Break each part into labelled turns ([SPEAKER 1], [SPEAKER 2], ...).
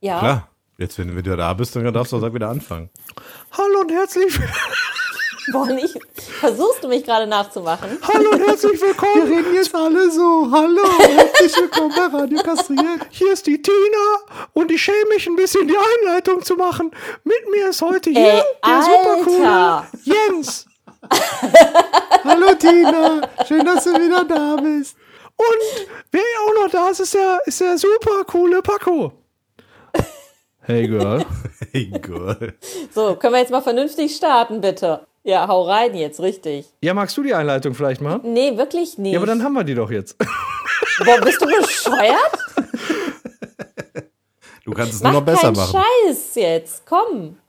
[SPEAKER 1] Ja.
[SPEAKER 2] Klar. Jetzt, wenn, wenn du da bist, dann darfst du auch direkt wieder anfangen.
[SPEAKER 3] Hallo und herzlich,
[SPEAKER 1] Boah, nicht. Versuchst du mich gerade nachzumachen?
[SPEAKER 3] hallo und herzlich willkommen. Wir reden jetzt alle so. Hallo und herzlich willkommen bei Radio Kastriert. Hier ist die Tina und ich schäme mich ein bisschen, die Einleitung zu machen. Mit mir ist heute hier
[SPEAKER 1] Ey,
[SPEAKER 3] der supercoole
[SPEAKER 1] Alter.
[SPEAKER 3] Jens. hallo Tina, schön, dass du wieder da bist. Und wer auch noch da ist, ist der, ist der supercoole Paco. Hey Girl.
[SPEAKER 2] Hey, Girl.
[SPEAKER 1] So, können wir jetzt mal vernünftig starten, bitte? Ja, hau rein jetzt, richtig.
[SPEAKER 3] Ja, magst du die Einleitung vielleicht mal?
[SPEAKER 1] Nee, wirklich nicht.
[SPEAKER 3] Ja, aber dann haben wir die doch jetzt.
[SPEAKER 1] Boah, bist du bescheuert?
[SPEAKER 2] Du kannst es nur
[SPEAKER 1] Mach
[SPEAKER 2] noch besser
[SPEAKER 1] keinen
[SPEAKER 2] machen.
[SPEAKER 1] Scheiß jetzt, komm.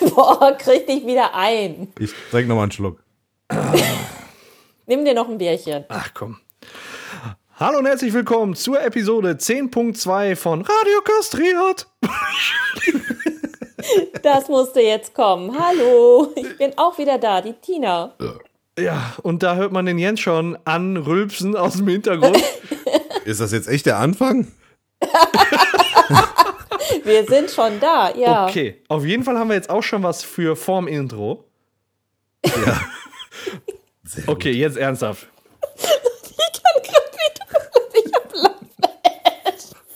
[SPEAKER 1] Boah, krieg dich wieder ein.
[SPEAKER 2] Ich trink noch mal einen Schluck.
[SPEAKER 1] Nimm dir noch ein Bierchen.
[SPEAKER 3] Ach komm. Hallo und herzlich willkommen zur Episode 10.2 von Radio Kastriert.
[SPEAKER 1] Das musste jetzt kommen. Hallo, ich bin auch wieder da, die Tina.
[SPEAKER 3] Ja, und da hört man den Jens schon anrülpsen aus dem Hintergrund.
[SPEAKER 2] Ist das jetzt echt der Anfang?
[SPEAKER 1] Wir sind schon da, ja.
[SPEAKER 3] Okay, auf jeden Fall haben wir jetzt auch schon was für vorm Intro.
[SPEAKER 2] Sehr
[SPEAKER 3] Okay, jetzt ernsthaft.
[SPEAKER 2] Gut.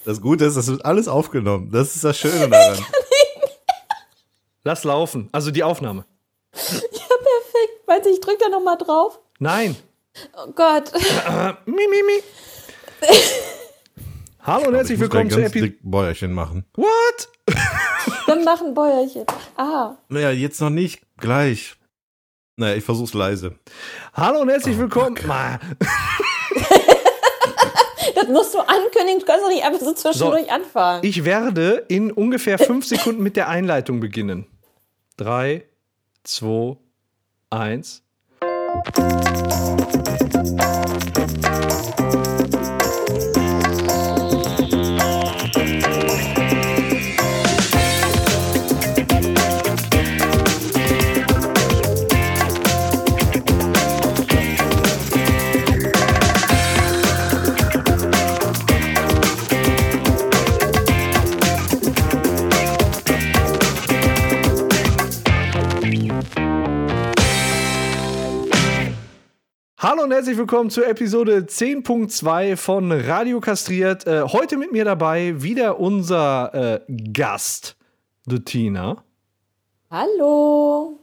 [SPEAKER 2] Das Gute ist, das wird alles aufgenommen. Das ist das Schöne daran.
[SPEAKER 3] Lass laufen. Also die Aufnahme.
[SPEAKER 1] Meinst du, ich drück da nochmal drauf?
[SPEAKER 3] Nein.
[SPEAKER 1] Oh Gott.
[SPEAKER 3] Mi, mi, mi. Hallo und herzlich
[SPEAKER 2] Ich muss da
[SPEAKER 3] willkommen zur
[SPEAKER 2] ganz
[SPEAKER 3] Episode.
[SPEAKER 2] dick Bäuerchen machen.
[SPEAKER 3] What?
[SPEAKER 1] Dann mach ein Bäuerchen. Ah,
[SPEAKER 2] Naja, jetzt noch nicht. Gleich. Naja, ich versuch's leise.
[SPEAKER 3] Hallo und herzlich willkommen. Ma.
[SPEAKER 1] das musst du ankündigen. Du kannst doch nicht einfach so zwischendurch anfangen.
[SPEAKER 3] Ich werde in ungefähr fünf Sekunden mit der Einleitung beginnen. Drei, zwei, eins. Hallo und herzlich willkommen zur Episode 10.2 von Radio Kastriert. Äh, heute mit mir dabei wieder unser äh, Gast, The Tina,
[SPEAKER 1] Hallo.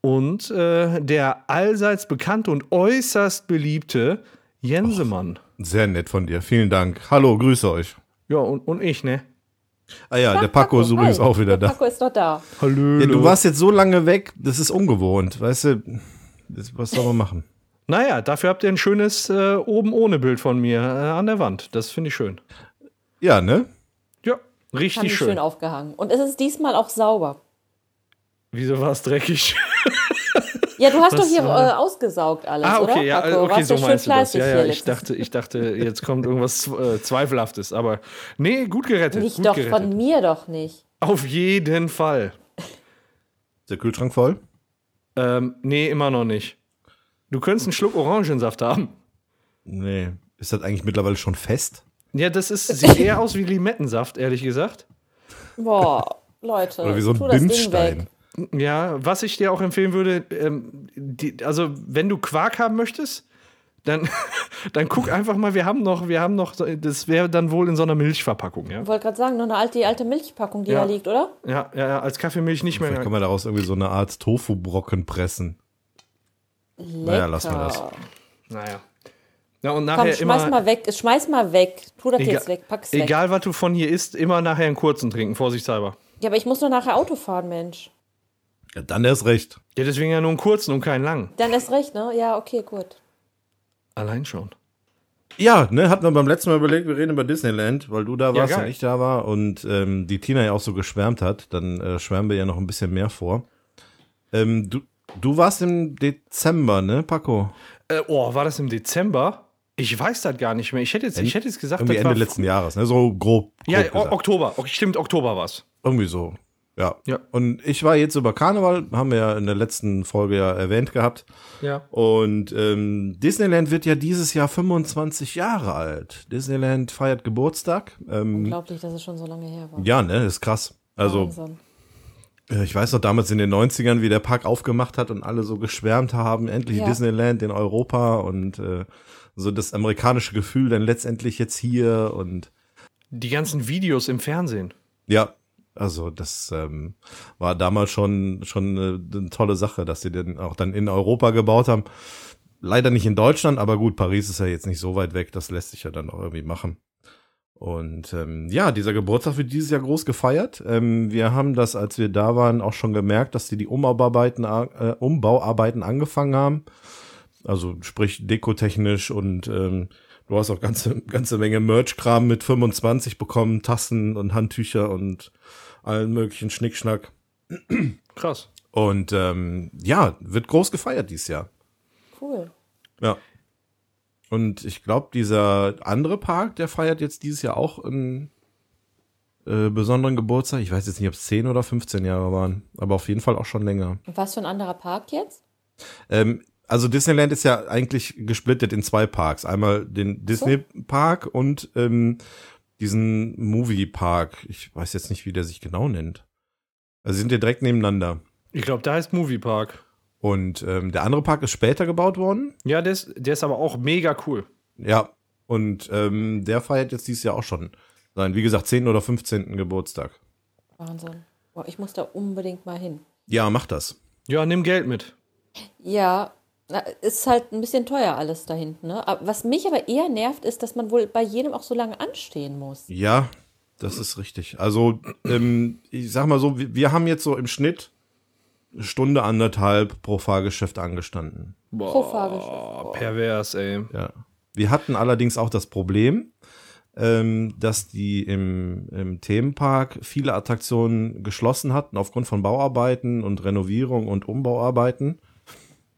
[SPEAKER 3] und äh, der allseits bekannte und äußerst beliebte Jensemann.
[SPEAKER 2] Sehr nett von dir. Vielen Dank. Hallo, grüße euch.
[SPEAKER 3] Ja, und, und ich, ne?
[SPEAKER 2] Ah ja, der
[SPEAKER 1] Ach,
[SPEAKER 2] Paco ist übrigens
[SPEAKER 1] hi.
[SPEAKER 2] auch wieder
[SPEAKER 1] Der
[SPEAKER 2] da.
[SPEAKER 1] Paco ist noch da.
[SPEAKER 3] Hallo.
[SPEAKER 2] Ja, du warst jetzt so lange weg, das ist ungewohnt. Weißt du, das, was soll man machen?
[SPEAKER 3] Naja, dafür habt ihr ein schönes äh, oben ohne Bild von mir äh, an der Wand. Das finde ich schön.
[SPEAKER 2] Ja, ne?
[SPEAKER 3] Ja,
[SPEAKER 1] Haben die
[SPEAKER 3] richtig
[SPEAKER 1] schön.
[SPEAKER 3] schön.
[SPEAKER 1] aufgehangen. Und es ist diesmal auch sauber.
[SPEAKER 3] Wieso war es dreckig?
[SPEAKER 1] Ja, du hast doch hier
[SPEAKER 3] war-
[SPEAKER 1] äh, ausgesaugt alles,
[SPEAKER 3] ah,
[SPEAKER 1] oder?
[SPEAKER 3] okay, ja,
[SPEAKER 1] Paco?
[SPEAKER 3] okay,
[SPEAKER 1] Warst
[SPEAKER 3] so
[SPEAKER 1] ja schön
[SPEAKER 3] meinst du das.
[SPEAKER 1] fleißig
[SPEAKER 3] Ja, ja,
[SPEAKER 1] hier
[SPEAKER 3] ich
[SPEAKER 1] letztens.
[SPEAKER 3] dachte, ich dachte, jetzt kommt irgendwas äh, Zweifelhaftes, aber nee, gut gerettet.
[SPEAKER 1] Nicht
[SPEAKER 3] gut
[SPEAKER 1] doch,
[SPEAKER 3] gerettet.
[SPEAKER 1] von mir doch nicht.
[SPEAKER 3] Auf jeden Fall.
[SPEAKER 2] Ist der Kühlschrank voll?
[SPEAKER 3] Ähm, nee, immer noch nicht. Du könntest einen Schluck Orangensaft haben.
[SPEAKER 2] Nee. Ist das eigentlich mittlerweile schon fest?
[SPEAKER 3] Ja, das ist, sieht eher aus wie Limettensaft, ehrlich gesagt.
[SPEAKER 1] Boah, Leute.
[SPEAKER 2] Oder wie so ein
[SPEAKER 1] tu das Ding
[SPEAKER 2] Bimsstein?
[SPEAKER 1] weg.
[SPEAKER 3] Ja, was ich dir auch empfehlen würde, ähm, die, also wenn du Quark haben möchtest, dann, dann guck einfach mal, wir haben noch, wir haben noch, so- das wäre dann wohl in so einer Milchverpackung, ja?
[SPEAKER 1] Ich wollte gerade sagen, noch eine alte, die alte Milchpackung, die
[SPEAKER 3] Ja.
[SPEAKER 1] da liegt, oder?
[SPEAKER 3] Ja, ja, ja, als Kaffeemilch nicht
[SPEAKER 2] Vielleicht kann
[SPEAKER 3] mehr.
[SPEAKER 2] man daraus irgendwie so eine Art Tofu-Brocken pressen.
[SPEAKER 1] Lecker.
[SPEAKER 2] Naja, lass mal das.
[SPEAKER 3] Naja. Ja, und
[SPEAKER 1] Komm,
[SPEAKER 3] nachher
[SPEAKER 1] schmeiß
[SPEAKER 3] immer,
[SPEAKER 1] mal weg. Schmeiß mal weg. Tu das
[SPEAKER 3] Egal-
[SPEAKER 1] jetzt weg. Pack's weg.
[SPEAKER 3] egal was du von hier isst, immer nachher einen kurzen trinken, vorsichtshalber.
[SPEAKER 1] Ja, aber ich muss nur nachher Auto fahren, Mensch.
[SPEAKER 2] Ja, dann erst recht.
[SPEAKER 3] Ja, deswegen ja nur einen kurzen und keinen langen.
[SPEAKER 1] Dann erst recht, ne? Ja, okay, gut.
[SPEAKER 3] Allein schon.
[SPEAKER 2] Ja, ne, hat man beim letzten Mal überlegt, wir reden über Disneyland, weil du da warst
[SPEAKER 3] geil.
[SPEAKER 2] und ich da war und ähm, die Tina ja auch so geschwärmt hat. Dann äh, schwärmen wir ja noch ein bisschen mehr vor. Ähm, du, du warst im Dezember, ne, Paco?
[SPEAKER 3] Äh, oh, war das im Dezember? Ich weiß das gar nicht mehr. Ich hätte jetzt, ich hätte jetzt gesagt,
[SPEAKER 2] Irgendwie
[SPEAKER 3] das
[SPEAKER 2] Ende
[SPEAKER 3] war
[SPEAKER 2] letzten Jahres, ne? So grob. grob
[SPEAKER 3] Ja, o-
[SPEAKER 2] gesagt.
[SPEAKER 3] Oktober. Ok, Stimmt, Oktober war's.
[SPEAKER 2] Irgendwie so. Ja.
[SPEAKER 3] Ja.
[SPEAKER 2] Und ich war jetzt über Karneval, haben wir ja in der letzten Folge ja erwähnt gehabt.
[SPEAKER 3] Ja.
[SPEAKER 2] Und ähm, Disneyland wird ja dieses Jahr 25 Jahre alt. Disneyland feiert Geburtstag.
[SPEAKER 3] Mhm.
[SPEAKER 2] Ähm,
[SPEAKER 1] Unglaublich, dass es schon so lange her war.
[SPEAKER 2] ja, ne, ist krass. Also,
[SPEAKER 1] Wahnsinn.
[SPEAKER 2] äh, ich weiß noch damals in den 90ern, wie der Park aufgemacht hat und alle so geschwärmt haben, endlich
[SPEAKER 1] Ja.
[SPEAKER 2] Disneyland in Europa und äh, so das amerikanische Gefühl dann letztendlich jetzt hier und
[SPEAKER 3] Die ganzen Videos im Fernsehen.
[SPEAKER 2] Ja, also das ähm, war damals schon schon äh, eine tolle Sache, dass sie den auch dann in Europa gebaut haben. Leider nicht in Deutschland, aber gut, Paris ist ja jetzt nicht so weit weg, das lässt sich ja dann auch irgendwie machen. Und ähm, ja, dieser Geburtstag wird dieses Jahr groß gefeiert. Ähm, wir haben das, als wir da waren, auch schon gemerkt, dass die die Umbauarbeiten, äh, Umbauarbeiten angefangen haben. Also sprich dekotechnisch und ähm, du hast auch ganze, ganze Menge Merch-Kram mit 25 bekommen, Tassen und Handtücher und allen möglichen Schnickschnack.
[SPEAKER 3] Krass.
[SPEAKER 2] Und ähm, ja, wird groß gefeiert dieses Jahr.
[SPEAKER 1] Cool.
[SPEAKER 2] Ja. Und ich glaube, dieser andere Park, der feiert jetzt dieses Jahr auch einen äh, besonderen Geburtstag. Ich weiß jetzt nicht, ob es 10 oder 15 Jahre waren, aber auf jeden Fall auch schon länger.
[SPEAKER 1] Und was für ein anderer Park jetzt?
[SPEAKER 2] Ähm, also Disneyland ist ja eigentlich gesplittet in zwei Parks. Einmal den Disney Park und ähm, diesen Movie Park. Ich weiß jetzt nicht, wie der sich genau nennt. Also sie sind ja direkt nebeneinander.
[SPEAKER 3] Ich glaube, da heißt Movie Park.
[SPEAKER 2] Und ähm, der andere Park ist später gebaut worden.
[SPEAKER 3] Ja, der ist, der ist aber auch mega cool.
[SPEAKER 2] Ja. Und ähm, der feiert jetzt dieses Jahr auch schon seinen, wie gesagt, 10. oder 15. Geburtstag.
[SPEAKER 1] Wahnsinn. Boah, ich muss da unbedingt mal hin.
[SPEAKER 2] Ja, mach das.
[SPEAKER 3] Ja, nimm Geld mit.
[SPEAKER 1] Ja, na, ist halt ein bisschen teuer alles da hinten. Ne? Aber was mich aber eher nervt, ist, dass man wohl bei jedem auch so lange anstehen muss.
[SPEAKER 2] Ja, das ist richtig. Also, ähm, ich sag mal so, wir, wir haben jetzt so im Schnitt eine Stunde anderthalb pro Fahrgeschäft angestanden.
[SPEAKER 3] Boah,
[SPEAKER 1] Pro Fahrgeschäft.
[SPEAKER 3] Boah, Oh, pervers, ey.
[SPEAKER 2] Ja. Wir hatten allerdings auch das Problem, ähm, dass die im, im Themenpark viele Attraktionen geschlossen hatten aufgrund von Bauarbeiten und Renovierung und Umbauarbeiten.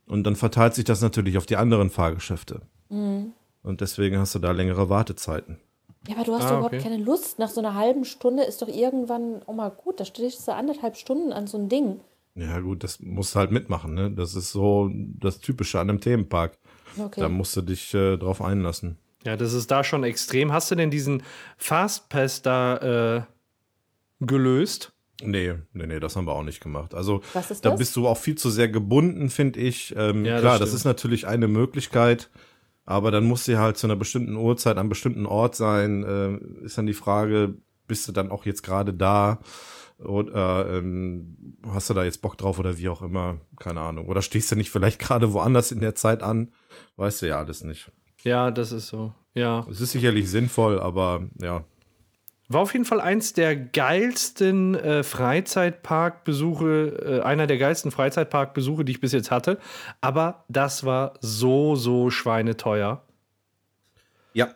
[SPEAKER 2] Und dann verteilt sich das natürlich auf die anderen Fahrgeschäfte. Und deswegen hast du da längere Wartezeiten.
[SPEAKER 1] Ja, aber du hast
[SPEAKER 3] Ah,
[SPEAKER 1] doch überhaupt
[SPEAKER 3] okay.
[SPEAKER 1] keine Lust. Nach so einer halben Stunde ist doch irgendwann, oh mal gut, da stehst du anderthalb Stunden an so ein Ding.
[SPEAKER 2] Ja gut, das musst du halt mitmachen. Ne? Das ist so das Typische an einem Themenpark.
[SPEAKER 1] Okay.
[SPEAKER 2] Da musst du dich äh, drauf einlassen.
[SPEAKER 3] Ja, das ist da schon extrem. Hast du denn diesen Fastpass da äh, gelöst?
[SPEAKER 2] Nee, nee, nee, das haben wir auch nicht gemacht. Also
[SPEAKER 1] Was ist
[SPEAKER 2] da
[SPEAKER 1] das?
[SPEAKER 2] bist du auch viel zu sehr gebunden, finde ich. Ähm,
[SPEAKER 3] Ja, das
[SPEAKER 2] klar, das,
[SPEAKER 3] stimmt.
[SPEAKER 2] ist natürlich eine Möglichkeit, aber dann musst du ja halt zu einer bestimmten Uhrzeit am bestimmten Ort sein. Ähm, ist dann die Frage, bist du dann auch jetzt gerade da? Oder ähm, hast du da jetzt Bock drauf oder wie auch immer? Keine Ahnung. Oder stehst du nicht vielleicht gerade woanders in der Zeit an? Weißt du ja alles nicht.
[SPEAKER 3] Ja, das ist so. Ja.
[SPEAKER 2] Es ist sicherlich sinnvoll, aber ja.
[SPEAKER 3] War auf jeden Fall eins der geilsten äh, Freizeitparkbesuche, äh, einer der geilsten Freizeitparkbesuche, die ich bis jetzt hatte. Aber das war so, so schweineteuer.
[SPEAKER 2] Ja.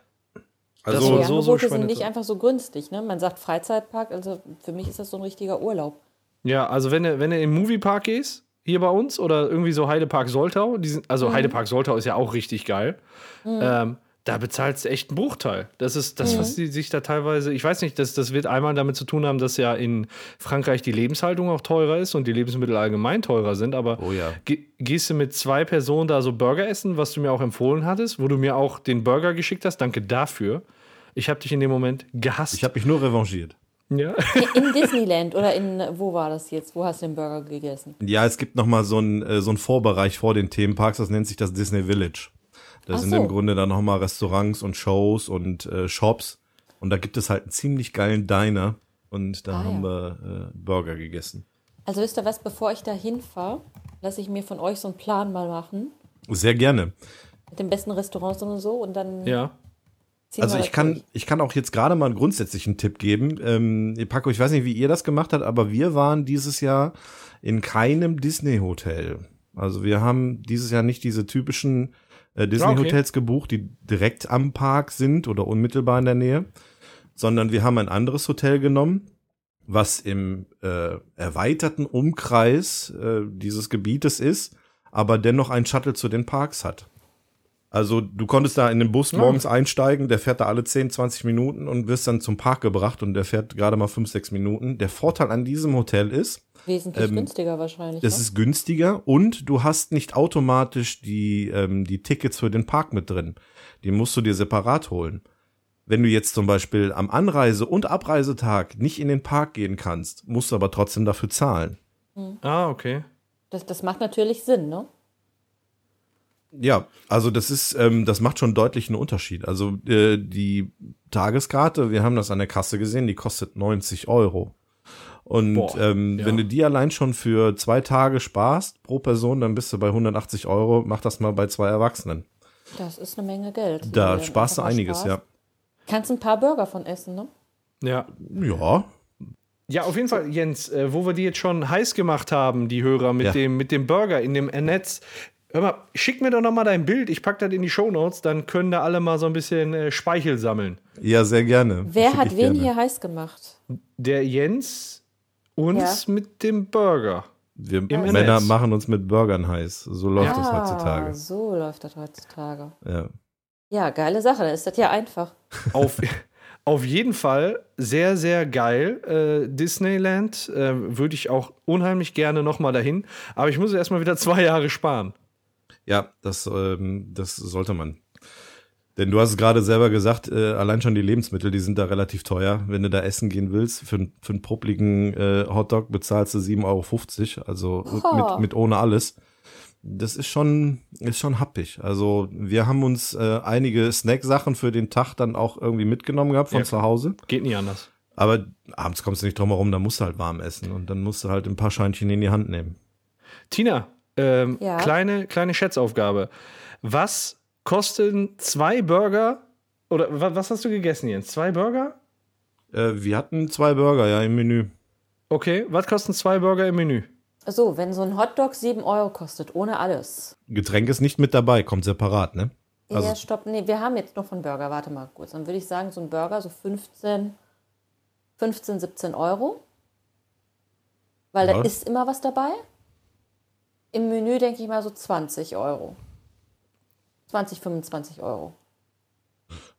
[SPEAKER 3] Das
[SPEAKER 2] Also,
[SPEAKER 1] die
[SPEAKER 3] so- so
[SPEAKER 1] Angebote sind
[SPEAKER 3] spannend.
[SPEAKER 1] nicht einfach so günstig. Ne? Man sagt Freizeitpark, also für mich ist das so ein richtiger Urlaub.
[SPEAKER 3] Ja, also wenn du, wenn du im Moviepark gehst, hier bei uns, oder irgendwie so Heidepark Soltau, die sind, also Heidepark Soltau ist ja auch richtig geil, ähm, da bezahlst du echt einen Bruchteil. Das ist das, was die sich da teilweise, ich weiß nicht, das, das wird einmal damit zu tun haben, dass ja in Frankreich die Lebenshaltung auch teurer ist und die Lebensmittel allgemein teurer sind, aber
[SPEAKER 2] Oh ja.
[SPEAKER 3] ge gehst du mit zwei Personen da so Burger essen, was du mir auch empfohlen hattest, wo du mir auch den Burger geschickt hast, danke dafür. Ich habe dich in dem Moment gehasst.
[SPEAKER 2] ich habe mich nur revanchiert.
[SPEAKER 3] ja.
[SPEAKER 1] In Disneyland oder in, wo war das jetzt? Wo hast du den Burger gegessen?
[SPEAKER 2] Ja, es gibt nochmal so einen äh, so einen Vorbereich vor den Themenparks, das nennt sich das Disney Village. Da
[SPEAKER 1] Ach
[SPEAKER 2] sind
[SPEAKER 1] so.
[SPEAKER 2] im Grunde dann nochmal Restaurants und Shows und äh, Shops. Und da gibt es halt einen ziemlich geilen Diner. Und da
[SPEAKER 1] Ah,
[SPEAKER 2] haben
[SPEAKER 1] ja.
[SPEAKER 2] wir äh, Burger gegessen.
[SPEAKER 1] Also wisst ihr was, bevor ich da hinfahre, lasse ich mir von euch so einen Plan mal machen.
[SPEAKER 2] Sehr gerne.
[SPEAKER 1] Mit den besten Restaurants und so und dann
[SPEAKER 3] ja.
[SPEAKER 1] ziehen
[SPEAKER 2] Also
[SPEAKER 1] wir halt
[SPEAKER 2] ich
[SPEAKER 1] das
[SPEAKER 2] kann,
[SPEAKER 1] durch.
[SPEAKER 2] ich kann auch jetzt gerade mal einen grundsätzlichen Tipp geben. Ähm, Paco, ich weiß nicht, wie ihr das gemacht habt, aber wir waren dieses Jahr in keinem Disney-Hotel. Also wir haben dieses Jahr nicht diese typischen äh, Disney-Hotels gebucht, die direkt am Park sind oder unmittelbar in der Nähe, sondern wir haben ein anderes Hotel genommen, was im äh, erweiterten Umkreis äh, dieses Gebietes ist, aber dennoch einen Shuttle zu den Parks hat. Also du konntest da in den Bus morgens einsteigen, der fährt da alle 10, 20 Minuten und wirst dann zum Park gebracht und der fährt gerade mal 5, 6 Minuten. Der Vorteil an diesem Hotel ist,
[SPEAKER 1] Wesentlich
[SPEAKER 2] Ähm,
[SPEAKER 1] günstiger wahrscheinlich.
[SPEAKER 2] es
[SPEAKER 1] ne?
[SPEAKER 2] ist günstiger und du hast nicht automatisch die, ähm, die Tickets für den Park mit drin. Die musst du dir separat holen. Wenn du jetzt zum Beispiel am Anreise- und Abreisetag nicht in den Park gehen kannst, musst du aber trotzdem dafür zahlen.
[SPEAKER 3] Ah, okay.
[SPEAKER 1] das, das macht natürlich Sinn, ne?
[SPEAKER 2] Ja, also das ist, ähm, das macht schon deutlich einen Unterschied. Also äh, die Tageskarte, wir haben das an der Kasse gesehen, die kostet 90 Euro. Und
[SPEAKER 3] Boah,
[SPEAKER 2] ähm,
[SPEAKER 3] ja.
[SPEAKER 2] wenn du die allein schon für zwei Tage sparst pro Person, dann bist du bei 180 Euro. Mach das mal bei zwei Erwachsenen.
[SPEAKER 1] Das ist eine Menge Geld.
[SPEAKER 2] Da
[SPEAKER 1] Wenn du
[SPEAKER 2] sparst du
[SPEAKER 1] einfach mal
[SPEAKER 2] einiges,
[SPEAKER 1] sparst. Kannst ein paar Burger von essen, ne?
[SPEAKER 3] Ja.
[SPEAKER 2] ja. Ja,
[SPEAKER 3] Ja, auf jeden Fall, Jens, äh, wo wir die jetzt schon heiß gemacht haben, die Hörer, mit,
[SPEAKER 2] Ja.
[SPEAKER 3] dem, mit dem Burger in dem Netz. Hör mal, schick mir doch noch mal dein Bild. Ich pack das in die Shownotes, dann können da alle mal so ein bisschen äh, Speichel sammeln.
[SPEAKER 2] ja, sehr gerne.
[SPEAKER 1] Wer
[SPEAKER 2] Schick
[SPEAKER 1] hat
[SPEAKER 2] ich
[SPEAKER 1] wen
[SPEAKER 2] gerne.
[SPEAKER 1] hier heiß gemacht?
[SPEAKER 3] Der Jens uns mit dem Burger.
[SPEAKER 2] Wir
[SPEAKER 3] Im
[SPEAKER 2] Männer
[SPEAKER 3] Netz.
[SPEAKER 2] machen uns mit Burgern heiß. So läuft das heutzutage.
[SPEAKER 1] Ah, so läuft das heutzutage.
[SPEAKER 2] Ja.
[SPEAKER 1] Ja, geile Sache. Dann ist das ja einfach.
[SPEAKER 3] auf, auf jeden Fall sehr, sehr geil. Äh, Disneyland äh, würde ich auch unheimlich gerne nochmal dahin. Aber ich muss erstmal wieder zwei Jahre sparen.
[SPEAKER 2] Ja, das, ähm, das sollte man. Denn du hast es gerade selber gesagt, äh, allein schon die Lebensmittel, die sind da relativ teuer. Wenn du da essen gehen willst, für, n- für einen poppligen äh, Hotdog bezahlst du 7,50 Euro, also
[SPEAKER 1] Boah.
[SPEAKER 2] mit, mit ohne alles. Das ist schon, ist schon happig. Also wir haben uns äh, einige Snacksachen für den Tag dann auch irgendwie mitgenommen gehabt von
[SPEAKER 3] Ja.
[SPEAKER 2] zu Hause.
[SPEAKER 3] Geht nie anders.
[SPEAKER 2] Aber abends kommst du nicht drum herum, dann musst du halt warm essen und dann musst du halt ein paar Scheinchen in die Hand nehmen.
[SPEAKER 3] Tina, ähm,
[SPEAKER 1] Ja?
[SPEAKER 3] kleine, kleine Schätzaufgabe. Was kosten zwei Burger? Oder wa was hast du gegessen, Jens? Zwei Burger?
[SPEAKER 2] Äh, wir hatten zwei Burger ja im Menü.
[SPEAKER 3] Okay, was kosten zwei Burger im Menü?
[SPEAKER 1] So, wenn so ein Hotdog 7 Euro kostet, ohne alles.
[SPEAKER 2] Getränk ist nicht mit dabei, kommt separat, ne? Also-
[SPEAKER 1] ja, stopp. Nee, wir haben jetzt noch von Burger. Warte mal kurz. Dann würde ich sagen, so ein Burger, so 15, 15 17 Euro. Weil da
[SPEAKER 2] Ja.
[SPEAKER 1] ist immer was dabei. Im Menü denke ich mal so 20 Euro. 20, 25 Euro.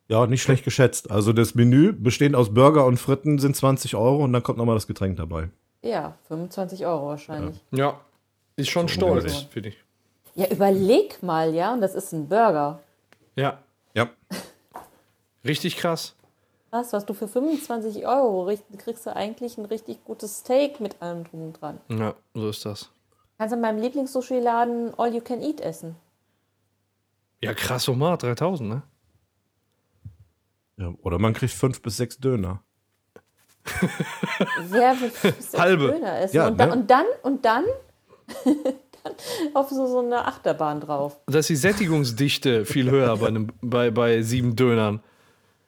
[SPEAKER 2] Ja, nicht schlecht geschätzt. Also das Menü, bestehend aus Burger und Fritten, sind 20 Euro und dann kommt nochmal das Getränk dabei.
[SPEAKER 1] Ja, 25 Euro wahrscheinlich.
[SPEAKER 3] Ja, ist schon stolz,
[SPEAKER 2] ungefähr.
[SPEAKER 3] finde ich.
[SPEAKER 1] Ja, überleg mal, ja. Und das ist ein Burger.
[SPEAKER 3] Ja,
[SPEAKER 2] Ja.
[SPEAKER 3] richtig krass.
[SPEAKER 1] Was, was du für 25 Euro richten, kriegst du eigentlich ein richtig gutes Steak mit allem drum und dran.
[SPEAKER 3] Ja, so ist das.
[SPEAKER 1] Kannst in meinem Lieblings-Sushi-Laden All You Can Eat essen.
[SPEAKER 3] Ja, krass, Omar, 3000, ne?
[SPEAKER 2] ja. Oder man kriegt fünf bis sechs Döner.
[SPEAKER 1] Wer will sechs
[SPEAKER 3] Halbe.
[SPEAKER 1] Döner essen?
[SPEAKER 2] Ja,
[SPEAKER 1] und, dann,
[SPEAKER 2] ne?
[SPEAKER 1] und dann, und dann, dann auf so, so eine Achterbahn drauf.
[SPEAKER 3] dass die Sättigungsdichte viel höher bei, einem, bei, bei sieben Dönern.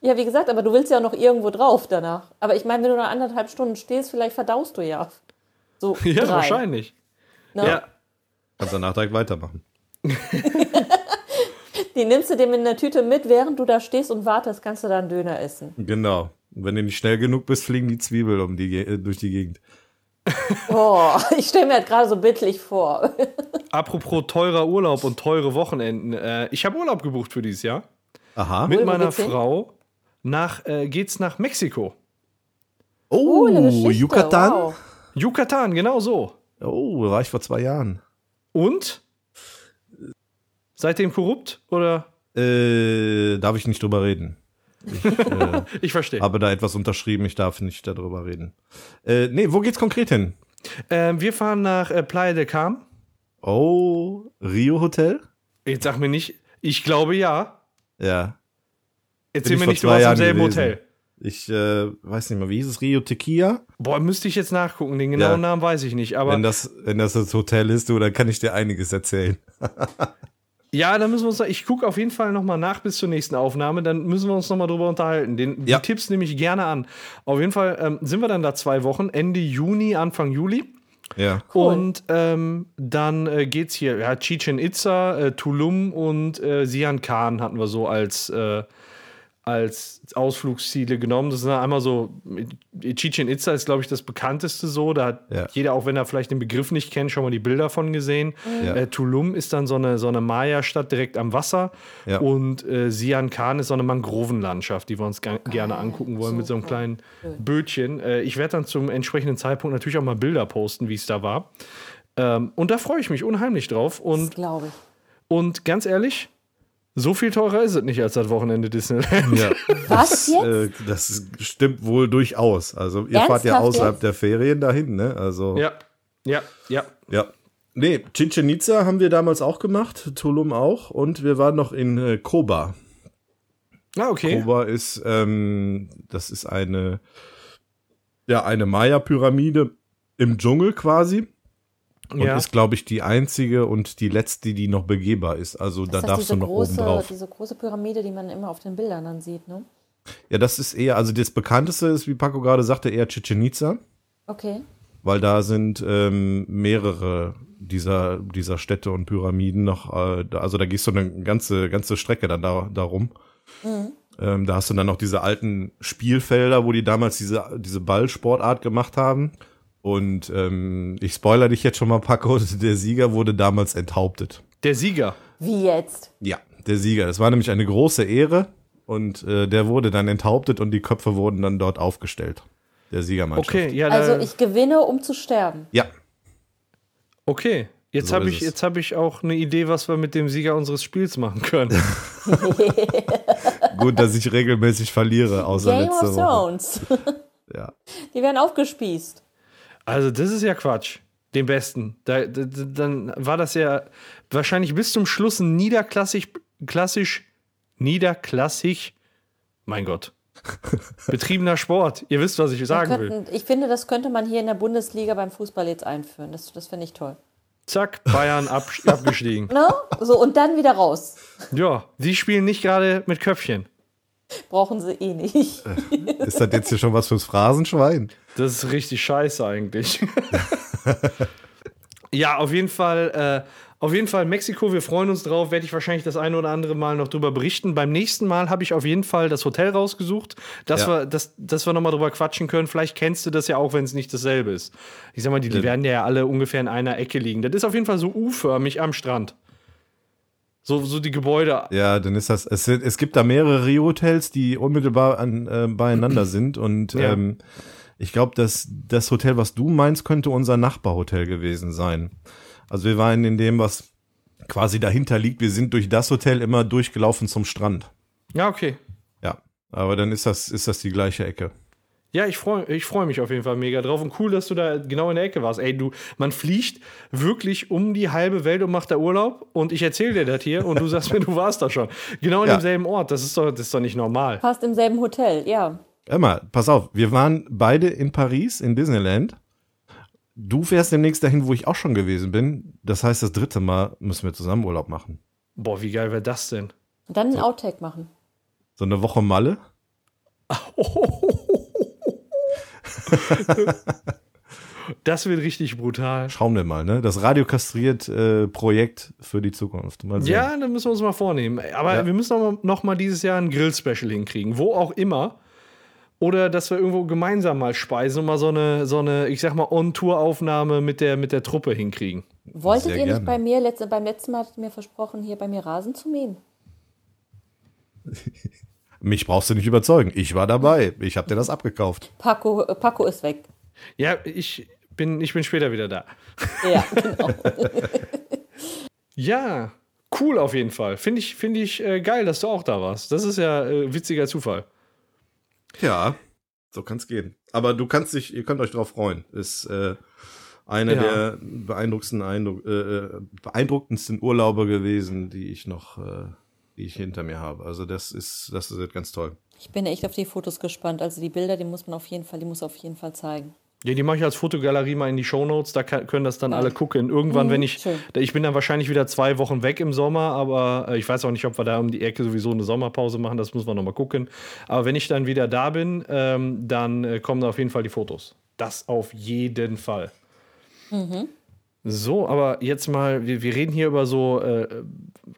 [SPEAKER 1] Ja, wie gesagt, aber du willst ja noch irgendwo drauf danach. Aber ich meine, wenn du noch anderthalb Stunden stehst, vielleicht verdaust du ja. So
[SPEAKER 3] Ja,
[SPEAKER 1] drei,
[SPEAKER 3] wahrscheinlich.
[SPEAKER 1] Ne?
[SPEAKER 3] Ja.
[SPEAKER 2] Kannst danach direkt weitermachen.
[SPEAKER 1] Die nimmst du dir in der Tüte mit, während du da stehst und wartest, kannst du dann Döner essen.
[SPEAKER 2] Genau. Und Wenn du nicht schnell genug bist, fliegen die Zwiebeln um die, Ge- äh, durch die Gegend.
[SPEAKER 1] Boah, ich stelle mir das gerade so bildlich vor.
[SPEAKER 3] Apropos teurer Urlaub und teure Wochenenden. Äh, ich habe Urlaub gebucht für dieses Jahr.
[SPEAKER 2] Aha.
[SPEAKER 3] Mit
[SPEAKER 1] Wo
[SPEAKER 3] meiner
[SPEAKER 1] geht's hin?
[SPEAKER 3] Frau nach, äh, geht's nach Mexiko.
[SPEAKER 2] Oh,
[SPEAKER 1] Coole Geschichte,
[SPEAKER 2] Yucatan.
[SPEAKER 1] Wow.
[SPEAKER 3] Yucatan, genau so.
[SPEAKER 2] Oh, da war ich vor zwei Jahren.
[SPEAKER 3] Und? Seitdem korrupt? Oder?
[SPEAKER 2] Äh, darf ich nicht drüber reden.
[SPEAKER 3] Ich verstehe.
[SPEAKER 2] Habe da etwas unterschrieben, ich darf nicht darüber reden. Äh, nee, wo geht's konkret hin?
[SPEAKER 3] Ähm, wir fahren nach äh, Playa del Carmen.
[SPEAKER 2] Oh, Rio Hotel?
[SPEAKER 3] Jetzt sag mir nicht, ich glaube ja.
[SPEAKER 2] Ja.
[SPEAKER 3] Erzähl
[SPEAKER 2] ich
[SPEAKER 3] mir
[SPEAKER 2] vor
[SPEAKER 3] nicht, du
[SPEAKER 2] zwei
[SPEAKER 3] warst im
[SPEAKER 2] Jahren
[SPEAKER 3] selben
[SPEAKER 2] gewesen.
[SPEAKER 3] Hotel.
[SPEAKER 2] Ich äh, weiß nicht mal, wie hieß es? Rio Tequila?
[SPEAKER 3] Boah, müsste ich jetzt nachgucken. Den genauen
[SPEAKER 2] Ja.
[SPEAKER 3] Namen weiß ich nicht. Aber
[SPEAKER 2] Wenn das, wenn das das Hotel ist, du, dann kann ich dir einiges erzählen.
[SPEAKER 3] Ja, dann müssen wir uns, ich gucke auf jeden Fall nochmal nach bis zur nächsten Aufnahme, dann müssen wir uns nochmal drüber unterhalten. Den,
[SPEAKER 2] Ja.
[SPEAKER 3] Die Tipps nehme ich gerne an. Auf jeden Fall ähm, sind wir dann da zwei Wochen, Ende Juni, Anfang Juli.
[SPEAKER 2] Ja.
[SPEAKER 1] Cool.
[SPEAKER 3] Und ähm, dann äh, geht's hier, ja, Chichen Itza, äh, Tulum und äh, Sian Khan hatten wir so als, äh, als Ausflugsziele genommen. Das sind dann einmal so, äh, Chichen Itza ist, glaube ich, das bekannteste so. Da hat
[SPEAKER 2] Ja.
[SPEAKER 3] jeder, auch wenn er vielleicht den Begriff nicht kennt, schon mal die Bilder von gesehen.
[SPEAKER 2] Mhm. Ja.
[SPEAKER 3] Äh, Tulum ist dann so eine, so eine Maya-Stadt direkt am Wasser.
[SPEAKER 2] Ja.
[SPEAKER 3] Und äh, Sian Khan ist so eine Mangrovenlandschaft, die wir uns
[SPEAKER 2] Ah,
[SPEAKER 3] ga- gerne angucken wollen mit so einem
[SPEAKER 1] Super.
[SPEAKER 3] kleinen Bötchen. Äh, ich werde dann zum entsprechenden Zeitpunkt natürlich auch mal Bilder posten, wie es da war. Ähm, und da freue ich mich unheimlich drauf.
[SPEAKER 1] Das
[SPEAKER 3] Und
[SPEAKER 1] glaube ich.
[SPEAKER 3] und ganz ehrlich, so viel teurer ist es nicht als das Wochenende Disneyland.
[SPEAKER 2] Ja.
[SPEAKER 1] Was jetzt?
[SPEAKER 2] Äh, das stimmt wohl durchaus. Also ihr fahrt ja
[SPEAKER 1] Ernsthaft
[SPEAKER 2] außerhalb
[SPEAKER 1] jetzt?
[SPEAKER 2] der Ferien dahin, ne? Also
[SPEAKER 3] Ja, ja, ja.
[SPEAKER 2] Ja. Nee, Chichen Itza haben wir damals auch gemacht, Tulum auch und wir waren noch in äh, Koba.
[SPEAKER 3] Ah, okay.
[SPEAKER 2] Koba ist, ähm, das ist eine, ja, eine Maya-Pyramide im Dschungel quasi und
[SPEAKER 3] Ja.
[SPEAKER 2] ist, glaube ich, die einzige und die letzte, die noch begehbar ist. Also da
[SPEAKER 1] Ist das
[SPEAKER 2] darfst du
[SPEAKER 1] diese
[SPEAKER 2] noch
[SPEAKER 1] große,
[SPEAKER 2] oben drauf.
[SPEAKER 1] Diese große Pyramide, die man immer auf den Bildern dann sieht, ne?
[SPEAKER 2] Ja, das ist eher, also das bekannteste ist, wie Paco gerade sagte, eher Chichen Itza.
[SPEAKER 1] Okay.
[SPEAKER 2] weil da sind ähm, mehrere dieser, dieser Städte und Pyramiden noch, äh, da- also da gehst du eine ganze, ganze Strecke dann da, darum.
[SPEAKER 1] Mhm.
[SPEAKER 2] Ähm, da hast du dann noch diese alten Spielfelder, wo die damals diese, diese Ballsportart gemacht haben. Und ähm, ich spoiler dich jetzt schon mal, Paco, der Sieger wurde damals enthauptet.
[SPEAKER 3] Der Sieger.
[SPEAKER 1] Wie jetzt?
[SPEAKER 2] Ja, der Sieger. Das war nämlich eine große Ehre und äh, der wurde dann enthauptet und die Köpfe wurden dann dort aufgestellt. Der Siegermannschaft.
[SPEAKER 3] Okay, ja, da,
[SPEAKER 1] Also ich gewinne, um zu sterben.
[SPEAKER 2] Ja,
[SPEAKER 3] okay. Jetzt
[SPEAKER 2] So
[SPEAKER 3] habe
[SPEAKER 2] ist
[SPEAKER 3] ich,
[SPEAKER 2] es.
[SPEAKER 3] jetzt hab ich auch eine Idee, was wir mit dem Sieger unseres Spiels machen können.
[SPEAKER 2] Gut, dass ich regelmäßig verliere, außer
[SPEAKER 1] Game
[SPEAKER 2] letzte
[SPEAKER 1] of
[SPEAKER 2] Woche.
[SPEAKER 1] Thrones.
[SPEAKER 2] Ja.
[SPEAKER 1] Die werden aufgespießt.
[SPEAKER 3] Also, das ist ja Quatsch. Den besten. Da, da, da- dann war das ja wahrscheinlich bis zum Schluss ein niederklassig, klassisch, niederklassig, mein Gott, betriebener Sport. Ihr wisst, was ich sagen will.
[SPEAKER 1] Könnten, ich finde, das könnte man hier in der Bundesliga beim Fußball jetzt einführen. Das, das finde ich toll.
[SPEAKER 3] Zack, Bayern ab, abgestiegen.
[SPEAKER 1] Ne? So, und dann wieder raus.
[SPEAKER 3] Ja, die spielen nicht gerade mit Köpfchen.
[SPEAKER 1] Brauchen sie eh nicht.
[SPEAKER 2] Äh. Ist das jetzt hier schon was fürs Phrasenschwein?
[SPEAKER 3] Das ist richtig scheiße eigentlich. ja, auf jeden Fall. Äh, auf jeden Fall Mexiko, wir freuen uns drauf, werde ich wahrscheinlich das eine oder andere Mal noch drüber berichten. Beim nächsten Mal habe ich auf jeden Fall das Hotel rausgesucht, dass
[SPEAKER 2] Ja.
[SPEAKER 3] wir, dass, dass wir nochmal drüber quatschen können. Vielleicht kennst du das ja auch, wenn es nicht dasselbe ist. Ich sag mal, die, die werden ja alle ungefähr in einer Ecke liegen. Das ist auf jeden Fall so U-förmig am Strand. So, so die Gebäude
[SPEAKER 2] Ja, dann ist das. Es, sind- es gibt da mehrere Rio-Hotels, die unmittelbar an, äh, beieinander sind. Und
[SPEAKER 3] Ja.
[SPEAKER 2] ähm, ich glaube, dass das Hotel, was du meinst, könnte unser Nachbarhotel gewesen sein. Also wir waren in dem, was quasi dahinter liegt. Wir sind durch das Hotel immer durchgelaufen zum Strand.
[SPEAKER 3] Ja, okay.
[SPEAKER 2] Ja. Aber dann ist das, ist das die gleiche Ecke.
[SPEAKER 3] Ja, ich freue ich freu mich auf jeden Fall mega drauf. Und cool, dass du da genau in der Ecke warst. Ey, du, man fliegt wirklich um die halbe Welt und macht da Urlaub. Und ich erzähle dir das hier und du sagst mir, du warst da schon. Genau in
[SPEAKER 2] Ja.
[SPEAKER 3] demselben Ort. Das ist, doch, das ist doch nicht normal.
[SPEAKER 1] Fast im selben Hotel, ja.
[SPEAKER 2] Emma, pass auf, wir waren beide in Paris, in Disneyland. Du fährst demnächst dahin, wo ich auch schon gewesen bin. Das heißt, das dritte Mal müssen wir zusammen Urlaub machen.
[SPEAKER 3] Boah, wie geil wäre das denn?
[SPEAKER 1] Und dann ein Outtake machen.
[SPEAKER 2] So eine Woche Malle.
[SPEAKER 3] Das wird richtig brutal.
[SPEAKER 2] Schauen wir mal, ne? Das radiokastriert äh, Projekt für die Zukunft. Mal sehen.
[SPEAKER 3] Ja, dann müssen wir uns mal vornehmen. Aber
[SPEAKER 2] Ja.
[SPEAKER 3] wir müssen auch mal- noch mal dieses Jahr ein Grill-Special hinkriegen, wo auch immer. Oder dass wir irgendwo gemeinsam mal speisen und mal so eine, so eine ich sag mal, On-Tour-Aufnahme mit der, mit der Truppe hinkriegen.
[SPEAKER 1] Wolltet
[SPEAKER 2] Sehr
[SPEAKER 1] ihr nicht
[SPEAKER 2] gerne.
[SPEAKER 1] bei mir, letzte, beim letzten Mal hattet ihr mir versprochen, hier bei mir Rasen zu mähen?
[SPEAKER 2] Mich brauchst du nicht überzeugen. Ich war dabei. Ich habe dir das abgekauft.
[SPEAKER 1] Paco, äh, Paco ist weg.
[SPEAKER 3] Ja, ich bin, ich bin später wieder da.
[SPEAKER 1] Ja, genau.
[SPEAKER 3] Ja, cool auf jeden Fall. Finde ich, find ich äh, geil, dass du auch da warst. Das ist ja äh, witziger Zufall.
[SPEAKER 2] Ja, so kann's gehen. Aber du kannst dich, ihr könnt euch drauf freuen. Ist äh, einer
[SPEAKER 3] Ja.
[SPEAKER 2] der beeindruckendsten, Eindruck, äh, äh, beeindruckendsten Urlaube gewesen, die ich noch, äh, die ich hinter mir habe. Also das ist, das ist ganz toll.
[SPEAKER 1] Ich bin echt auf die Fotos gespannt. Also die Bilder, die muss man auf jeden Fall, die muss auf jeden Fall zeigen.
[SPEAKER 3] Ja, die mache ich als Fotogalerie mal in die Shownotes, da kann, können das dann alle gucken. Irgendwann, wenn ich,
[SPEAKER 1] schön.
[SPEAKER 3] ich bin dann wahrscheinlich wieder zwei Wochen weg im Sommer, aber äh, ich weiß auch nicht, ob wir da um die Ecke sowieso eine Sommerpause machen, das müssen wir nochmal gucken. Aber wenn ich dann wieder da bin, ähm, dann äh, kommen da auf jeden Fall die Fotos. Das auf jeden Fall. So, aber jetzt mal, wir, wir reden hier über so äh,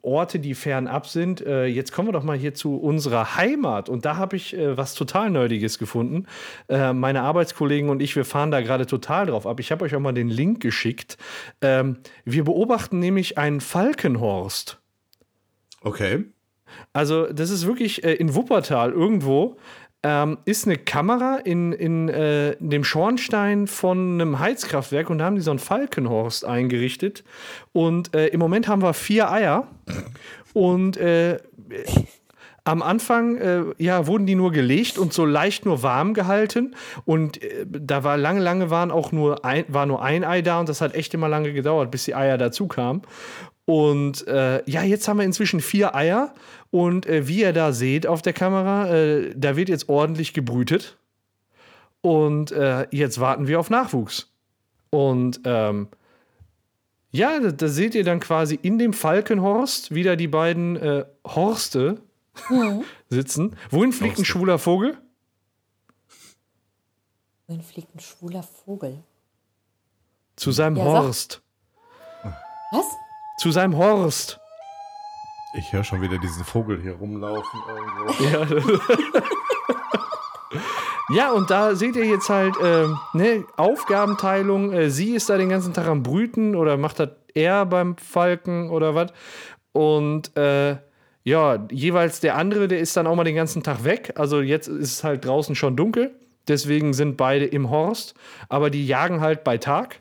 [SPEAKER 3] Orte, die fernab sind. Äh, jetzt kommen wir doch mal hier zu unserer Heimat. Und da habe ich äh, was total Nerdiges gefunden. Äh, meine Arbeitskollegen und ich, wir fahren da gerade total drauf ab. Ich habe euch auch mal den Link geschickt. Ähm, wir beobachten nämlich einen Falkenhorst.
[SPEAKER 2] Okay.
[SPEAKER 3] Also, das ist wirklich äh, in Wuppertal irgendwo. Ähm, ist eine Kamera in, in äh, dem Schornstein von einem Heizkraftwerk und da haben die so einen Falkenhorst eingerichtet. Und äh, im Moment haben wir vier Eier. Und äh, äh, am Anfang äh, ja, wurden die nur gelegt und so leicht nur warm gehalten. Und äh, da war lange, lange waren auch nur ein, war nur ein Ei da und das hat echt immer lange gedauert, bis die Eier dazu kamen. Und äh, ja, jetzt haben wir inzwischen vier Eier. Und äh, wie ihr da seht auf der Kamera, äh, da wird jetzt ordentlich gebrütet. Und äh, jetzt warten wir auf Nachwuchs. Und ähm, ja, da, da seht ihr dann quasi in dem Falkenhorst wieder die beiden äh, Horste
[SPEAKER 1] Mhm.
[SPEAKER 3] sitzen. Wohin fliegt ein
[SPEAKER 2] Horste.
[SPEAKER 3] schwuler Vogel?
[SPEAKER 1] Wohin fliegt ein schwuler Vogel?
[SPEAKER 3] Zu seinem
[SPEAKER 1] Ja, sag-
[SPEAKER 3] Horst.
[SPEAKER 1] Was?
[SPEAKER 3] Zu seinem Horst.
[SPEAKER 2] Ich höre schon wieder diesen Vogel hier rumlaufen irgendwo.
[SPEAKER 3] Ja. Ja, und da seht ihr jetzt halt ähm, ne, Aufgabenteilung. Äh, sie ist da den ganzen Tag am Brüten oder macht das er beim Falken oder was. Und äh, ja, jeweils der andere, der ist dann auch mal den ganzen Tag weg. Also jetzt ist es halt draußen schon dunkel. Deswegen sind beide im Horst. Aber die jagen halt bei Tag.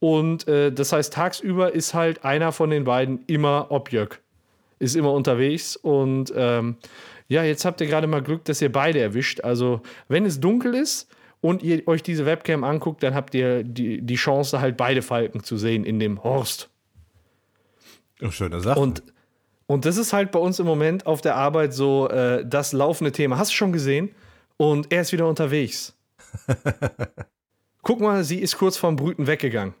[SPEAKER 3] Und äh, das heißt, tagsüber ist halt einer von den beiden immer Objöck ist immer unterwegs und ähm, ja, jetzt habt ihr gerade mal Glück, dass ihr beide erwischt. Also, wenn es dunkel ist und ihr euch diese Webcam anguckt, dann habt ihr die, die Chance, halt beide Falken zu sehen in dem Horst.
[SPEAKER 2] Oh, schöne Sache.
[SPEAKER 3] Und, und das ist halt bei uns im Moment auf der Arbeit so äh, das laufende Thema. Hast du schon gesehen? Und er ist wieder unterwegs. Guck mal, sie ist kurz vorm Brüten weggegangen.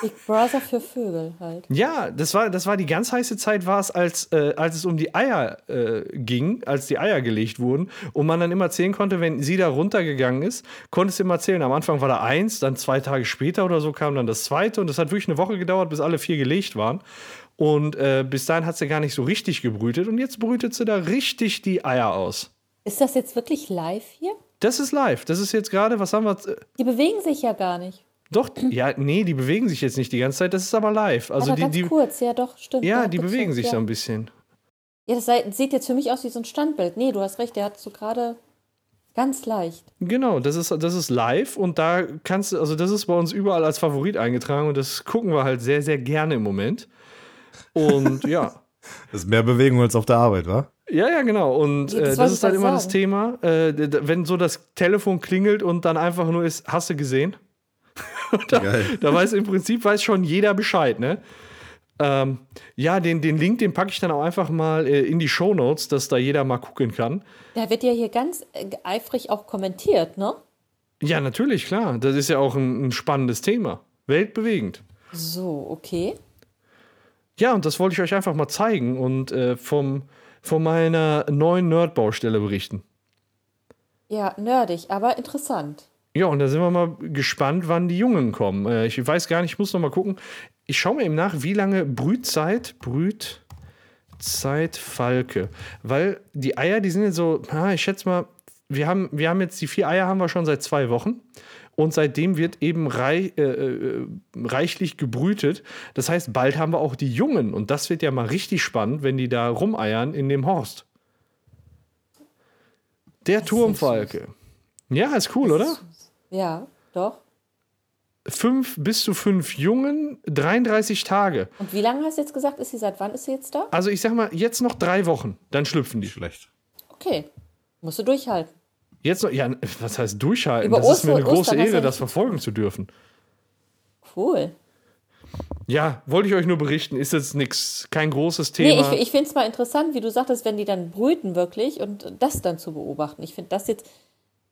[SPEAKER 1] Big Brother für Vögel halt.
[SPEAKER 3] Ja, das war, das war die ganz heiße Zeit, war es, als, äh, als es um die Eier äh, ging, als die Eier gelegt wurden und man dann immer zählen konnte, wenn sie da runtergegangen ist, konntest du immer zählen. Am Anfang war da eins, dann zwei Tage später oder so kam dann das zweite und das hat wirklich eine Woche gedauert, bis alle vier gelegt waren. Und äh, bis dahin hat sie gar nicht so richtig gebrütet und jetzt brütet sie da richtig die Eier aus.
[SPEAKER 1] Ist das jetzt wirklich live hier?
[SPEAKER 3] Das ist live. Das ist jetzt gerade, was haben wir? äh,
[SPEAKER 1] Die bewegen sich ja gar nicht.
[SPEAKER 3] Doch, ja, nee, die bewegen sich jetzt nicht die ganze Zeit. Das ist aber live. Also
[SPEAKER 1] Aber
[SPEAKER 3] die,
[SPEAKER 1] ganz
[SPEAKER 3] die,
[SPEAKER 1] kurz, ja doch, stimmt. der
[SPEAKER 3] ja,
[SPEAKER 1] hat
[SPEAKER 3] die bewegen
[SPEAKER 1] gezuckt,
[SPEAKER 3] sich
[SPEAKER 1] ja.
[SPEAKER 3] so ein bisschen.
[SPEAKER 1] Ja, das sei- sieht jetzt für mich aus wie so ein Standbild. Nee, du hast recht, der hat so gerade ganz leicht.
[SPEAKER 3] Genau, das ist, das ist live und da kannst du, also das ist bei uns überall als Favorit eingetragen und das gucken wir halt sehr, sehr gerne im Moment. Und ja.
[SPEAKER 2] Das ist mehr Bewegung als auf der Arbeit, wa?
[SPEAKER 3] Ja, ja, genau. Und
[SPEAKER 1] Ja,
[SPEAKER 3] äh,
[SPEAKER 1] das
[SPEAKER 3] das,
[SPEAKER 1] wollte ich
[SPEAKER 3] ist halt
[SPEAKER 1] grad
[SPEAKER 3] immer das
[SPEAKER 1] sagen.
[SPEAKER 3] Thema, äh, d- d- wenn so das Telefon klingelt und dann einfach nur ist, hast du gesehen?
[SPEAKER 2] Geil.
[SPEAKER 3] Da weiß im Prinzip weiß schon jeder Bescheid, ne? Ähm, ja, den, den Link, den packe ich dann auch einfach mal äh, in die Shownotes, dass da jeder mal gucken kann.
[SPEAKER 1] Da wird ja hier ganz äh, eifrig auch kommentiert, ne?
[SPEAKER 3] Ja, natürlich, klar. Das ist ja auch ein, ein spannendes Thema. Weltbewegend.
[SPEAKER 1] So, okay.
[SPEAKER 3] Ja, und das wollte ich euch einfach mal zeigen und äh, vom, von meiner neuen Nerdbaustelle berichten.
[SPEAKER 1] Ja, nerdig, aber interessant.
[SPEAKER 3] Ja, und da sind wir mal gespannt, wann die Jungen kommen. Äh, ich weiß gar nicht, ich muss noch mal gucken. Ich schaue mir eben nach, wie lange Brützeit, Brützeit Falke. Weil die Eier, die sind jetzt so, ah, ich schätze mal, wir haben, wir haben jetzt die vier Eier haben wir schon seit zwei Wochen. Und seitdem wird eben rei äh, äh, reichlich gebrütet. Das heißt, bald haben wir auch die Jungen. Und das wird ja mal richtig spannend, wenn die da rumeiern in dem Horst. Der
[SPEAKER 1] ist ja süß.
[SPEAKER 3] Turmfalke. Ja, ist cool, oder?
[SPEAKER 1] Ja, doch.
[SPEAKER 3] fünf bis zu fünf Jungen, 33 Tage.
[SPEAKER 1] Und wie lange hast du jetzt gesagt, ist sie seit wann ist sie jetzt da?
[SPEAKER 3] Also ich sag mal, jetzt noch drei Wochen, dann schlüpfen die.
[SPEAKER 2] Nicht schlecht.
[SPEAKER 1] Okay. Musst du durchhalten.
[SPEAKER 3] Jetzt noch, ja, was heißt durchhalten?
[SPEAKER 1] Über
[SPEAKER 3] das ist mir
[SPEAKER 1] Ostern-
[SPEAKER 3] eine große
[SPEAKER 1] Ostern hast du
[SPEAKER 3] Ehre,
[SPEAKER 1] ja
[SPEAKER 3] das
[SPEAKER 1] nicht-
[SPEAKER 3] verfolgen zu dürfen.
[SPEAKER 1] Cool.
[SPEAKER 3] Ja, wollte ich euch nur berichten, ist jetzt nichts, kein großes
[SPEAKER 1] Nee,
[SPEAKER 3] Thema.
[SPEAKER 1] ich, ich finde es mal interessant, wie du sagtest, wenn die dann brüten wirklich und das dann zu beobachten. Ich finde das jetzt,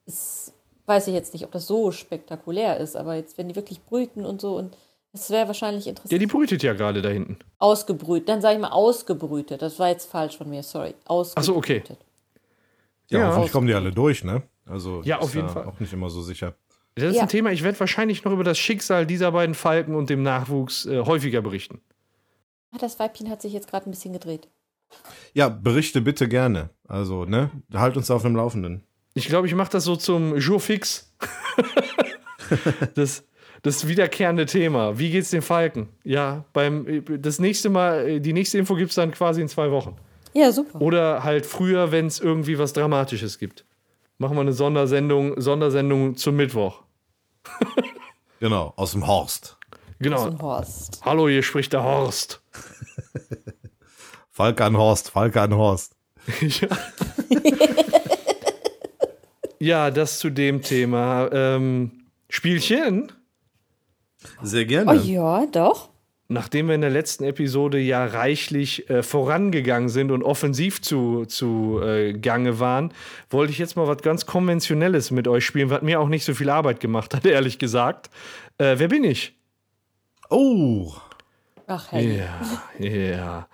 [SPEAKER 1] ist, weiß ich jetzt nicht, ob das so spektakulär ist, aber jetzt, wenn die wirklich brüten und so und das wäre wahrscheinlich interessant.
[SPEAKER 3] ja, die brütet ja gerade da hinten.
[SPEAKER 1] ausgebrüht, dann sage ich mal ausgebrütet. Das war jetzt falsch von mir, sorry. Ausgebrütet.
[SPEAKER 3] so, okay.
[SPEAKER 2] Ja,
[SPEAKER 3] Ja.
[SPEAKER 2] hoffentlich kommen die alle durch, ne? Also
[SPEAKER 3] Ja,
[SPEAKER 2] ist
[SPEAKER 3] auf jeden
[SPEAKER 2] da
[SPEAKER 3] Fall.
[SPEAKER 2] Auch nicht immer so sicher.
[SPEAKER 3] Das ist
[SPEAKER 1] Ja.
[SPEAKER 3] ein Thema, ich werde wahrscheinlich noch über das Schicksal dieser beiden Falken und dem Nachwuchs äh, häufiger berichten.
[SPEAKER 1] Ah, das Weibchen hat sich jetzt gerade ein bisschen gedreht.
[SPEAKER 2] Ja, berichte bitte gerne. Also, ne? Halt uns da auf dem Laufenden.
[SPEAKER 3] Ich glaube, ich mache das so zum Jour fix. das, das wiederkehrende Thema. Wie geht's den Falken? Ja, beim das nächste Mal, die nächste Info gibt es dann quasi in zwei Wochen.
[SPEAKER 1] Ja, super.
[SPEAKER 3] Oder halt früher, wenn es irgendwie was Dramatisches gibt. Machen wir eine Sondersendung, Sondersendung zum Mittwoch.
[SPEAKER 2] Genau, aus dem Horst.
[SPEAKER 1] So
[SPEAKER 3] Genau.
[SPEAKER 1] ein Horst.
[SPEAKER 3] Hallo, hier spricht der Horst.
[SPEAKER 2] Falke an Horst, Falke an Horst.
[SPEAKER 3] ja. ja, das zu dem Thema. Ähm, Spielchen.
[SPEAKER 2] Sehr
[SPEAKER 1] Oh
[SPEAKER 2] gerne.
[SPEAKER 1] ja, doch.
[SPEAKER 3] Nachdem wir in der letzten Episode ja reichlich äh, vorangegangen sind und offensiv zu, zu äh, Gange waren, wollte ich jetzt mal was ganz Konventionelles mit euch spielen, was mir auch nicht so viel Arbeit gemacht hat, ehrlich gesagt. Äh, wer bin ich?
[SPEAKER 2] Oh,
[SPEAKER 1] Ach, hey.
[SPEAKER 3] Ja, ja.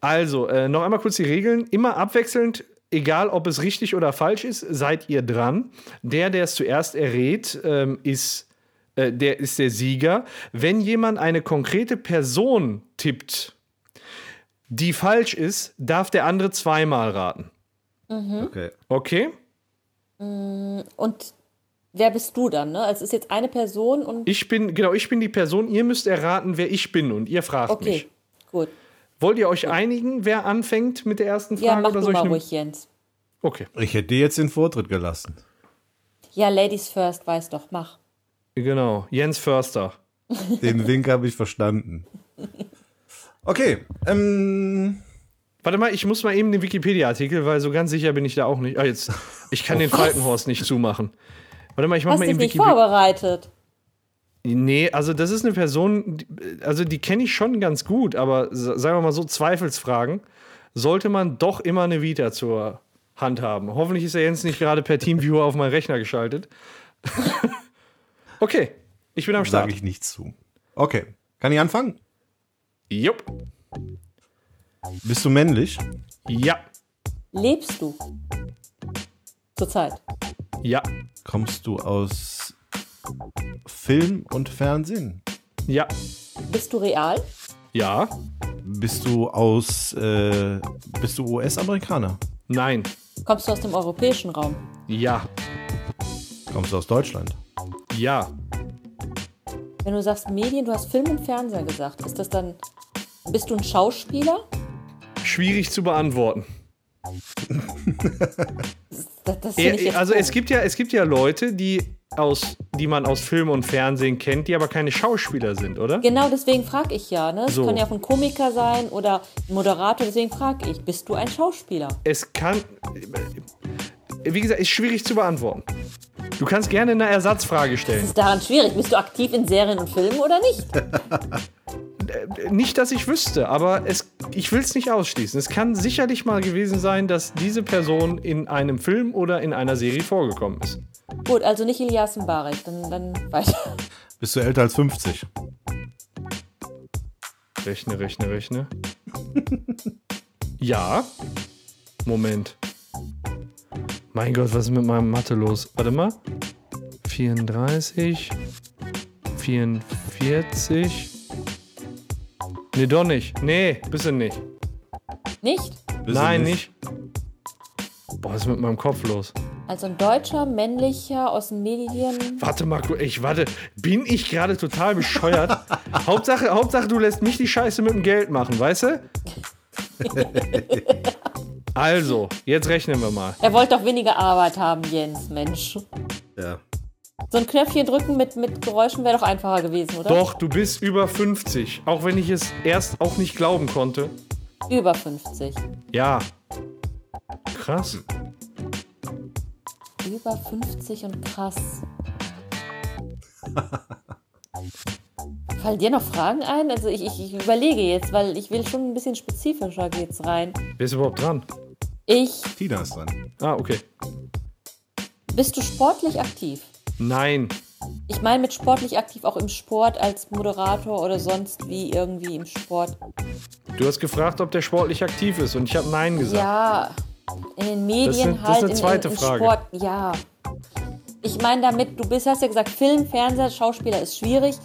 [SPEAKER 3] Also, äh, noch einmal kurz die Regeln. Immer abwechselnd, egal ob es richtig oder falsch ist, seid ihr dran. Der, der es zuerst errät, ähm, ist, äh, der, ist der Sieger. Wenn jemand eine konkrete Person tippt, die falsch ist, darf der andere zweimal raten.
[SPEAKER 2] okay.
[SPEAKER 3] Okay?
[SPEAKER 1] Und wer bist du dann, ne? Also es ist jetzt eine Person und.
[SPEAKER 3] Ich bin, genau, ich bin die Person. Ihr müsst erraten, wer ich bin und ihr fragt mich.
[SPEAKER 1] Okay, gut.
[SPEAKER 3] Wollt ihr euch einigen, wer anfängt mit der ersten Frage?
[SPEAKER 1] Ja, mach
[SPEAKER 3] oder
[SPEAKER 1] du
[SPEAKER 3] soll ich
[SPEAKER 1] mal
[SPEAKER 3] ne-
[SPEAKER 1] ruhig, Jens.
[SPEAKER 3] Okay.
[SPEAKER 2] Ich hätte dir jetzt den Vortritt gelassen.
[SPEAKER 1] Ja, Ladies first, weiß doch, mach.
[SPEAKER 3] Genau, Jens Förster.
[SPEAKER 2] Den Wink habe ich verstanden. Okay, ähm,
[SPEAKER 3] Warte mal, ich muss mal eben den Wikipedia-Artikel, weil so ganz sicher bin ich da auch nicht. Ah, jetzt, ich kann den Falkenhorst nicht zumachen. Warte mal, ich mach
[SPEAKER 1] Hast
[SPEAKER 3] mal
[SPEAKER 1] dich
[SPEAKER 3] eben
[SPEAKER 1] nicht
[SPEAKER 3] Wikipedia.
[SPEAKER 1] vorbereitet.
[SPEAKER 3] Nee, also das ist eine Person, die- also die kenne ich schon ganz gut, aber sa- sagen wir mal so, Zweifelsfragen sollte man doch immer eine Vita zur Hand haben. Hoffentlich ist er Jens nicht gerade per Teamviewer auf meinen Rechner geschaltet. okay, ich bin am Start.
[SPEAKER 2] sage ich nichts zu. Okay, kann ich anfangen?
[SPEAKER 3] Jupp.
[SPEAKER 2] Bist du männlich?
[SPEAKER 3] Ja.
[SPEAKER 1] Lebst du? Zurzeit.
[SPEAKER 3] Ja.
[SPEAKER 2] Kommst du aus Film und Fernsehen?
[SPEAKER 3] Ja.
[SPEAKER 1] Bist du real?
[SPEAKER 3] Ja.
[SPEAKER 2] Bist du aus, äh, bist du US-Amerikaner?
[SPEAKER 3] Nein.
[SPEAKER 1] Kommst du aus dem europäischen Raum?
[SPEAKER 3] Ja.
[SPEAKER 2] Kommst du aus Deutschland?
[SPEAKER 3] Ja.
[SPEAKER 1] Wenn du sagst Medien, du hast Film und Fernseher gesagt. Ist das dann. Bist du ein Schauspieler?
[SPEAKER 3] Schwierig zu beantworten.
[SPEAKER 1] Das, das finde ich
[SPEAKER 3] Äh,
[SPEAKER 1] jetzt
[SPEAKER 3] also es
[SPEAKER 1] komisch.
[SPEAKER 3] gibt ja, es gibt ja Leute, die aus, die man aus Film und Fernsehen kennt, die aber keine Schauspieler sind, oder?
[SPEAKER 1] Genau deswegen frage ich ja. Ne? Es
[SPEAKER 3] So.
[SPEAKER 1] kann ja auch ein Komiker sein oder ein Moderator. Deswegen frage ich, bist du ein Schauspieler?
[SPEAKER 3] Es kann, wie gesagt, ist schwierig zu beantworten. Du kannst gerne eine Ersatzfrage stellen.
[SPEAKER 1] Ist daran schwierig. Bist du aktiv in Serien und Filmen oder nicht?
[SPEAKER 3] Nicht, dass ich wüsste, aber es, ich will es nicht ausschließen. Es kann sicherlich mal gewesen sein, dass diese Person in einem Film oder in einer Serie vorgekommen ist.
[SPEAKER 1] Gut, also nicht Elias Mbarek. Dann, dann weiter.
[SPEAKER 2] Bist du älter als 50?
[SPEAKER 3] Rechne, rechne, rechne. ja. Moment. Mein Gott, was ist mit meinem Mathe los? Warte mal. 34. 44. Nee, doch nicht. Nee, bist du nicht.
[SPEAKER 1] Nicht?
[SPEAKER 2] Bist du
[SPEAKER 3] Nein, nicht. Boah, was ist mit meinem Kopf los?
[SPEAKER 1] Also ein deutscher, männlicher, aus den Medien.
[SPEAKER 3] Warte, Marco, ich warte. Bin ich gerade total bescheuert? Hauptsache, Hauptsache, du lässt mich die Scheiße mit dem Geld machen, weißt du? also, jetzt rechnen wir mal.
[SPEAKER 1] Er wollte doch weniger Arbeit haben, Jens, Mensch.
[SPEAKER 2] Ja.
[SPEAKER 1] So ein Knöpfchen drücken mit, mit Geräuschen wäre doch einfacher gewesen, oder?
[SPEAKER 3] Doch, du bist über 50. Auch wenn ich es erst auch nicht glauben konnte.
[SPEAKER 1] Über 50.
[SPEAKER 3] Ja. Krass.
[SPEAKER 1] Über 50 und krass. Fallen dir noch Fragen ein? Also ich, ich, ich überlege jetzt, weil ich will schon ein bisschen spezifischer geht's rein.
[SPEAKER 3] Wer ist überhaupt dran?
[SPEAKER 1] Ich,
[SPEAKER 2] Tina ist dran.
[SPEAKER 3] Ah, okay.
[SPEAKER 1] bist du sportlich aktiv?
[SPEAKER 3] Nein.
[SPEAKER 1] Ich meine mit sportlich aktiv auch im Sport als Moderator oder sonst wie irgendwie im Sport.
[SPEAKER 3] Du hast gefragt, ob der sportlich aktiv ist und ich habe Nein gesagt.
[SPEAKER 1] Ja, in den Medien halt.
[SPEAKER 3] das ist eine
[SPEAKER 1] in-
[SPEAKER 3] zweite
[SPEAKER 1] in, in
[SPEAKER 3] Frage.
[SPEAKER 1] Sport, ja. Ich meine damit, du bist, hast ja gesagt, Film, Fernseher, Schauspieler ist schwierig.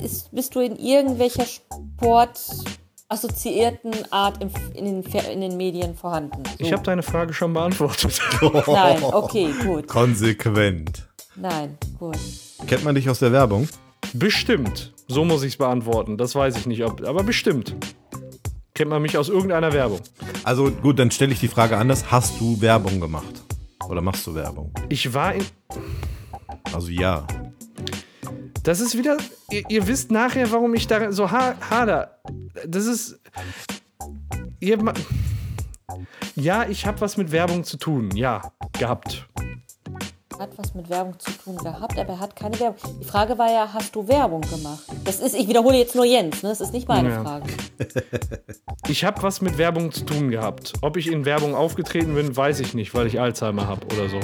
[SPEAKER 1] Ist, bist du in irgendwelcher sportassoziierten Art im, in, den, Fer- in den Medien vorhanden? So.
[SPEAKER 3] Ich habe deine Frage schon beantwortet.
[SPEAKER 1] Nein, okay, gut.
[SPEAKER 2] Konsequent.
[SPEAKER 1] Nein, gut.
[SPEAKER 2] Kennt man dich aus der Werbung?
[SPEAKER 3] Bestimmt. So muss ich es beantworten. Das weiß ich nicht, ob, aber bestimmt. Kennt man mich aus irgendeiner Werbung.
[SPEAKER 2] Also gut, dann stelle ich die Frage anders. Hast du Werbung gemacht? Oder machst du Werbung?
[SPEAKER 3] Ich war in.
[SPEAKER 2] Also ja.
[SPEAKER 3] Das ist wieder. Ihr, ihr wisst nachher, warum ich da so ha hader. Das ist. Ihr, ma- ja, ich habe was mit Werbung zu tun. Ja, gehabt.
[SPEAKER 1] Hat was mit Werbung zu tun gehabt, aber er hat keine Werbung. Die Frage war ja, hast du Werbung gemacht? Das ist, ich wiederhole jetzt nur Jens, ne? Das ist nicht meine
[SPEAKER 3] Ja.
[SPEAKER 1] Frage.
[SPEAKER 3] Ich habe was mit Werbung zu tun gehabt. Ob ich in Werbung aufgetreten bin, weiß ich nicht, weil ich Alzheimer habe oder so.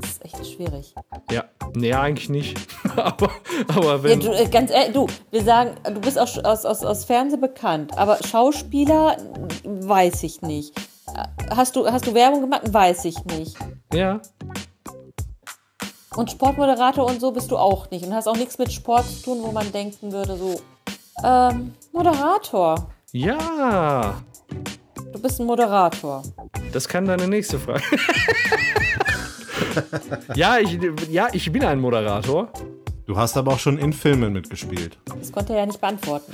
[SPEAKER 1] Das ist echt schwierig.
[SPEAKER 3] Ja, nee, eigentlich nicht. aber, aber
[SPEAKER 1] Ja,
[SPEAKER 3] wenn.
[SPEAKER 1] du, äh, ganz ehrlich, du, wir sagen, du bist auch sch- aus, aus, aus Fernsehen bekannt, aber Schauspieler äh, weiß ich nicht. Äh, Hast du, hast du Werbung gemacht? Weiß ich nicht.
[SPEAKER 3] ja,
[SPEAKER 1] Und Sportmoderator und so bist du auch nicht und hast auch nichts mit Sport zu tun, wo man denken würde, so, ähm, Moderator.
[SPEAKER 3] ja.
[SPEAKER 1] Du bist ein Moderator.
[SPEAKER 3] Das kann deine nächste Frage. ja, ich, ja, ich bin ein Moderator.
[SPEAKER 2] Du hast aber auch schon in Filmen mitgespielt.
[SPEAKER 1] Das konnte er ja nicht beantworten.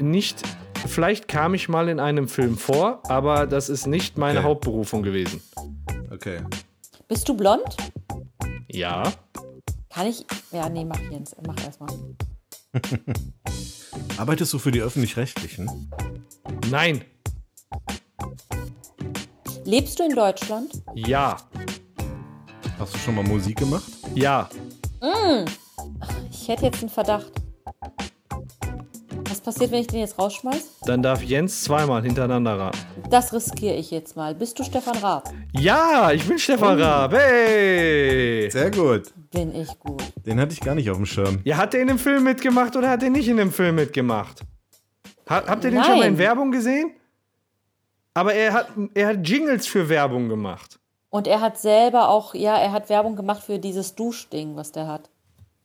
[SPEAKER 3] Nicht, vielleicht kam ich mal in einem Film vor, aber das ist nicht meine
[SPEAKER 2] Okay.
[SPEAKER 3] Hauptberufung gewesen.
[SPEAKER 2] Okay.
[SPEAKER 1] Bist du blond?
[SPEAKER 3] Ja,
[SPEAKER 1] Kann ich. Ja, nee, mach Jens. Mach erstmal.
[SPEAKER 2] Arbeitest du für die Öffentlich-Rechtlichen?
[SPEAKER 3] nein,
[SPEAKER 1] Lebst du in Deutschland?
[SPEAKER 3] ja,
[SPEAKER 2] Hast du schon mal Musik gemacht?
[SPEAKER 3] ja.
[SPEAKER 1] Ich hätte jetzt einen Verdacht. Was passiert, wenn ich den jetzt rausschmeiß?
[SPEAKER 3] Dann darf Jens zweimal hintereinander raten.
[SPEAKER 1] Das riskiere ich jetzt mal. Bist du Stefan Raab?
[SPEAKER 3] Ja, ich bin Stefan Raab. Hey!
[SPEAKER 2] Sehr gut.
[SPEAKER 1] Bin ich gut.
[SPEAKER 2] Den hatte ich gar nicht auf dem Schirm.
[SPEAKER 3] Ja, hat er in dem Film mitgemacht oder hat er nicht in dem Film mitgemacht? Ha, habt ihr den schon mal in
[SPEAKER 1] Nein.
[SPEAKER 3] Werbung gesehen? Aber er hat, er hat Jingles für Werbung gemacht.
[SPEAKER 1] Und er hat selber auch, ja, er hat Werbung gemacht für dieses Duschding, was der hat.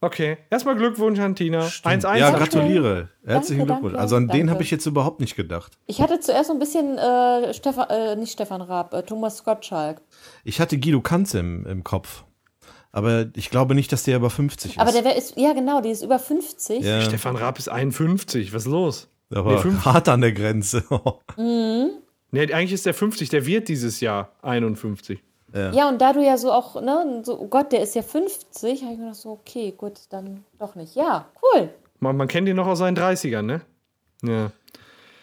[SPEAKER 3] Okay, erstmal Glückwunsch an Tina. 1-1.
[SPEAKER 2] ja,
[SPEAKER 3] Danke.
[SPEAKER 2] gratuliere. Herzlichen
[SPEAKER 1] Danke,
[SPEAKER 2] Glückwunsch.
[SPEAKER 1] danke,
[SPEAKER 2] Also an den
[SPEAKER 1] danke.
[SPEAKER 2] habe ich jetzt überhaupt nicht gedacht.
[SPEAKER 1] Ich hatte zuerst so ein bisschen äh, Stefan, äh, nicht Stefan Raab, äh, Thomas Gottschalk.
[SPEAKER 2] Ich hatte Guido Kanz im, im Kopf. Aber ich glaube nicht, dass der über 50 ist.
[SPEAKER 1] Aber der wär, ist, ja genau, die ist über 50.
[SPEAKER 2] ja,
[SPEAKER 3] Stefan Raab ist 51. Was ist los?
[SPEAKER 2] der
[SPEAKER 3] Nee,
[SPEAKER 2] war
[SPEAKER 3] 50.
[SPEAKER 2] hart an der Grenze.
[SPEAKER 3] Nee, eigentlich ist der 50. Der wird dieses Jahr 51.
[SPEAKER 1] Ja, und da du ja so auch, ne, so, oh Gott, der ist ja 50, habe ich mir gedacht, so, okay, gut, dann doch nicht. Ja, cool.
[SPEAKER 3] Man, man kennt ihn noch aus seinen 30ern, ne? Ja.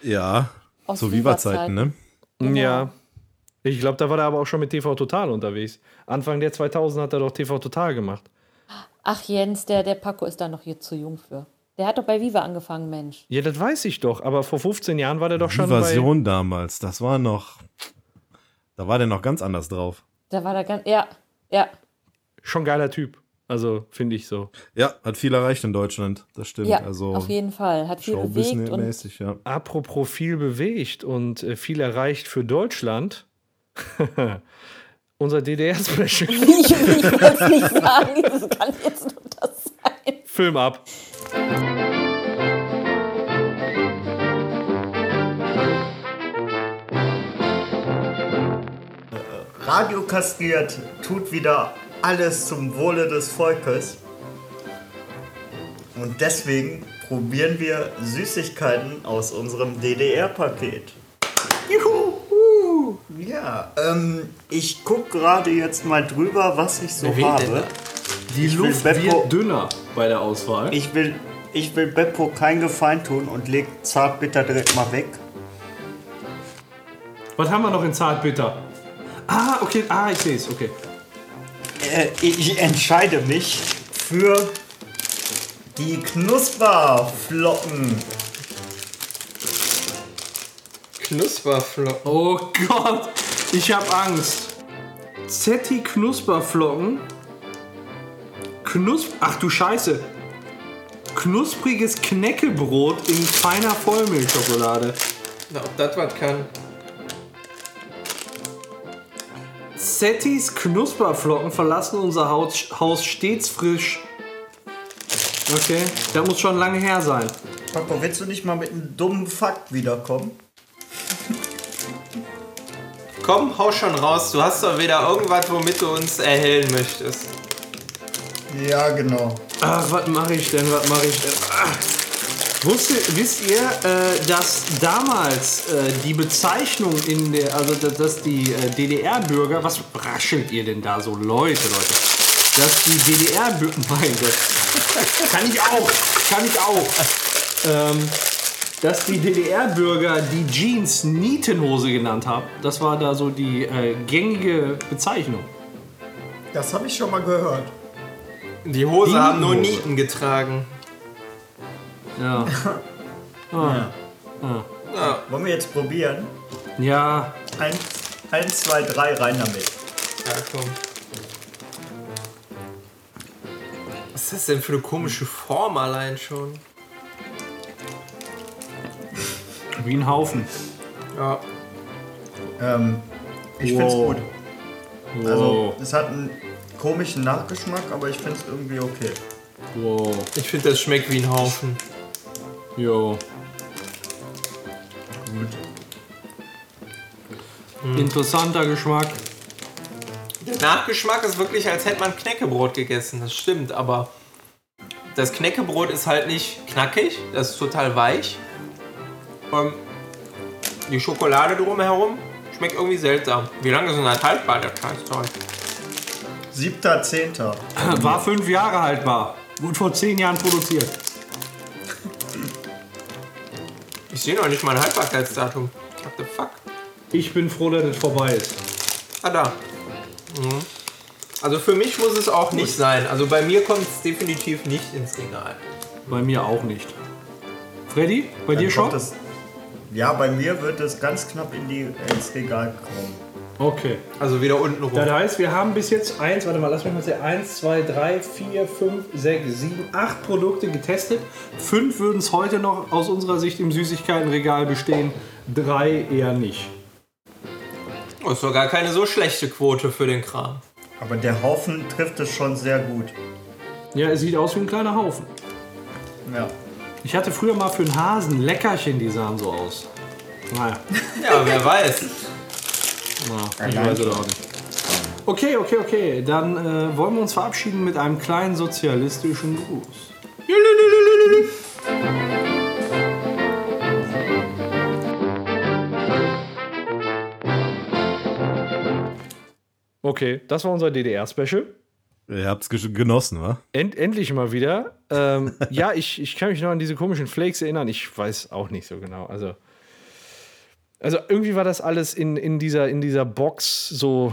[SPEAKER 2] ja,
[SPEAKER 1] Aus
[SPEAKER 2] so Viva-Zeiten,
[SPEAKER 1] Viva-Zeiten.
[SPEAKER 2] ne?
[SPEAKER 3] Ja. Ich glaube, da war er aber auch schon mit TV Total unterwegs. Anfang der 2000 hat er doch TV Total gemacht.
[SPEAKER 1] Ach, Jens, der, der Paco ist da noch hier zu jung für. Der hat doch bei Viva angefangen, Mensch.
[SPEAKER 3] Ja, das weiß ich doch. Aber vor 15 Jahren war der doch
[SPEAKER 2] Die
[SPEAKER 3] schon bei...
[SPEAKER 2] Version damals, das war noch. Da war der noch ganz anders drauf.
[SPEAKER 1] Da war der ganz, ja, ja.
[SPEAKER 3] Schon geiler Typ. Also, finde ich so.
[SPEAKER 2] Ja, hat viel erreicht in Deutschland. Das stimmt.
[SPEAKER 1] Ja,
[SPEAKER 2] also
[SPEAKER 1] auf jeden Fall. Hat viel bewegt und
[SPEAKER 2] Showbusiness-mäßig, ja.
[SPEAKER 3] Apropos viel bewegt und äh, viel erreicht für Deutschland. Unser DDR-Special.
[SPEAKER 1] ich, ich will es nicht sagen, das kann jetzt nur das sein.
[SPEAKER 3] Film ab.
[SPEAKER 4] Radio kastriert tut wieder alles zum Wohle des Volkes. Und deswegen probieren wir Süßigkeiten aus unserem DDR-Paket. Juhu! Uh, Ja, ähm, ich guck gerade jetzt mal drüber, was ich so
[SPEAKER 5] Wer
[SPEAKER 4] habe.
[SPEAKER 5] wählt denn Die
[SPEAKER 4] will
[SPEAKER 5] Luft
[SPEAKER 4] Beppo-
[SPEAKER 5] wird dünner bei der Auswahl.
[SPEAKER 4] Ich will, ich will Beppo kein Gefallen tun und leg Zartbitter direkt mal weg.
[SPEAKER 5] Was haben wir noch in Zartbitter? Ah, okay. Ah, ich sehe es. Okay.
[SPEAKER 4] Äh, ich entscheide mich für die Knusperflocken.
[SPEAKER 5] Knusperflocken. Oh Gott, ich habe Angst. Zetti Knusperflocken. Knusp. Ach du Scheiße. Knuspriges Knäckebrot in feiner Vollmilchschokolade.
[SPEAKER 6] Na, ob das was kann.
[SPEAKER 5] Settis Knusperflocken verlassen unser Haus, Haus stets frisch. Okay, das muss schon lange her sein.
[SPEAKER 4] Paco, willst du nicht mal mit einem dummen Fakt wiederkommen?
[SPEAKER 6] Komm, hau schon raus. Du hast doch wieder irgendwas, womit du uns erhellen möchtest.
[SPEAKER 4] Ja, genau.
[SPEAKER 5] Ach, was mache ich denn? Was mache ich denn? Ach. Wusste, wisst ihr, äh, dass damals äh, die Bezeichnung in der, also da- dass die äh, DDR-Bürger, was raschelt ihr denn da so, Leute, Leute? Dass die DDR-Bürger, mein Gott, kann ich auch, kann ich auch. Ähm, dass die DDR-Bürger die Jeans Nietenhose genannt haben, das war da so die äh, gängige Bezeichnung.
[SPEAKER 4] Das habe ich schon mal gehört.
[SPEAKER 6] Die Hose
[SPEAKER 5] Die
[SPEAKER 6] haben nur
[SPEAKER 5] Hose.
[SPEAKER 6] Nieten getragen.
[SPEAKER 5] Ja.
[SPEAKER 4] Wollen wir jetzt probieren?
[SPEAKER 5] Ja.
[SPEAKER 4] Eins, eins, zwei, drei, rein damit.
[SPEAKER 6] Ja, komm. Was ist das denn für eine komische Form allein schon?
[SPEAKER 5] Wie ein Haufen.
[SPEAKER 6] Ja.
[SPEAKER 4] Ähm, ich find's
[SPEAKER 5] Wow.
[SPEAKER 4] gut. Also, es hat einen komischen Nachgeschmack, aber ich find's irgendwie okay.
[SPEAKER 5] Wow.
[SPEAKER 6] Ich finde, das schmeckt wie ein Haufen.
[SPEAKER 5] Jo.
[SPEAKER 4] Gut.
[SPEAKER 5] Interessanter Geschmack.
[SPEAKER 6] Der Nachgeschmack ist wirklich, als hätte man Knäckebrot gegessen. Das stimmt, aber das Knäckebrot ist halt nicht knackig. Das ist total weich. Ähm, die Schokolade drumherum schmeckt irgendwie seltsam. Wie lange ist denn das haltbar, der Scheißzeug?
[SPEAKER 4] Siebter, Zehnter.
[SPEAKER 5] War fünf Jahre haltbar. Wurde vor zehn Jahren produziert.
[SPEAKER 6] Ich sehe noch nicht mein Haltbarkeitsdatum. What the fuck?
[SPEAKER 5] Ich bin froh, dass es vorbei ist.
[SPEAKER 6] Ah, da. Mhm. Also für mich muss es auch nicht sein. Also bei mir kommt es definitiv nicht ins Regal.
[SPEAKER 5] Bei mir auch nicht. Freddy, bei dir
[SPEAKER 4] Dann
[SPEAKER 5] schon?
[SPEAKER 4] kommt es- Ja, bei mir wird es ganz knapp in die, ins Regal kommen.
[SPEAKER 5] Okay.
[SPEAKER 6] Also wieder unten rum.
[SPEAKER 5] Das heißt, wir haben bis jetzt eins, warte mal, lass mich mal sehen, eins, zwei, drei, vier, fünf, sechs, sieben, acht Produkte getestet. Fünf würden es heute noch aus unserer Sicht im Süßigkeitenregal bestehen, drei eher nicht.
[SPEAKER 6] Oh, ist doch gar keine so schlechte Quote für den Kram.
[SPEAKER 4] Aber der Haufen trifft es schon sehr gut.
[SPEAKER 5] Ja, es sieht aus wie ein kleiner Haufen.
[SPEAKER 4] Ja.
[SPEAKER 5] Ich hatte früher mal für einen Hasen Leckerchen, die sahen so aus. Naja.
[SPEAKER 6] Ja, wer weiß.
[SPEAKER 5] Na, ich weiß es auch nicht. also- Okay, okay, okay. Dann äh, wollen wir uns verabschieden mit einem kleinen sozialistischen Gruß.
[SPEAKER 3] Okay, das war unser DDR-Special.
[SPEAKER 2] Ihr habt's gesch- genossen, wa?
[SPEAKER 3] End, endlich mal wieder. Ähm, ja, ich, ich kann mich noch an diese komischen Flakes erinnern. Ich weiß auch nicht so genau. Also, also irgendwie war das alles in, in, dieser, in dieser Box so,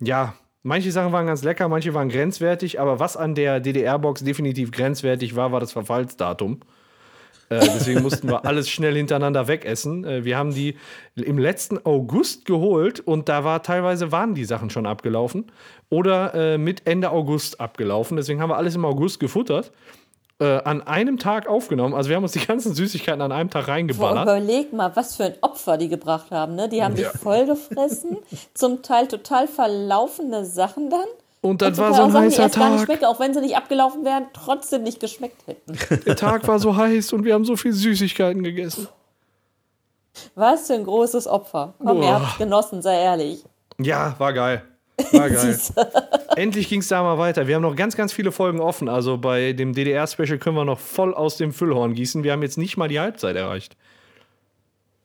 [SPEAKER 3] ja, manche Sachen waren ganz lecker, manche waren grenzwertig, aber was an der DDR-Box definitiv grenzwertig war, war das Verfallsdatum. Äh, deswegen mussten wir alles schnell hintereinander wegessen. Äh, wir haben die im letzten August geholt und da war teilweise waren die Sachen schon abgelaufen oder äh, mit Ende August abgelaufen. Deswegen haben wir alles im August gefuttert, äh, an einem Tag aufgenommen. Also wir haben uns die ganzen Süßigkeiten an einem Tag
[SPEAKER 1] Boah,
[SPEAKER 3] reingeballert.
[SPEAKER 1] überleg mal, was für ein Opfer die gebracht haben. Ne? Die haben dich vollgefressen, zum Teil total verlaufene Sachen dann.
[SPEAKER 3] Und das
[SPEAKER 1] zum
[SPEAKER 3] war
[SPEAKER 1] Teil
[SPEAKER 3] so
[SPEAKER 1] auch Sachen,
[SPEAKER 3] ein
[SPEAKER 1] die
[SPEAKER 3] heißer
[SPEAKER 1] erst gar nicht
[SPEAKER 3] Tag.
[SPEAKER 1] schmecken, auch wenn sie nicht abgelaufen wären, trotzdem nicht geschmeckt hätten.
[SPEAKER 3] Der Tag war so heiß und wir haben so viel Süßigkeiten gegessen.
[SPEAKER 1] Was für ein großes Opfer. Komm, ihr
[SPEAKER 3] Boah.
[SPEAKER 1] habt's genossen, sei ehrlich.
[SPEAKER 3] Ja, war geil. War geil. Endlich ging es da mal weiter. Wir haben noch ganz, ganz viele Folgen offen. Also bei dem DDR-Special können wir noch voll aus dem Füllhorn gießen. Wir haben jetzt nicht mal die Halbzeit erreicht.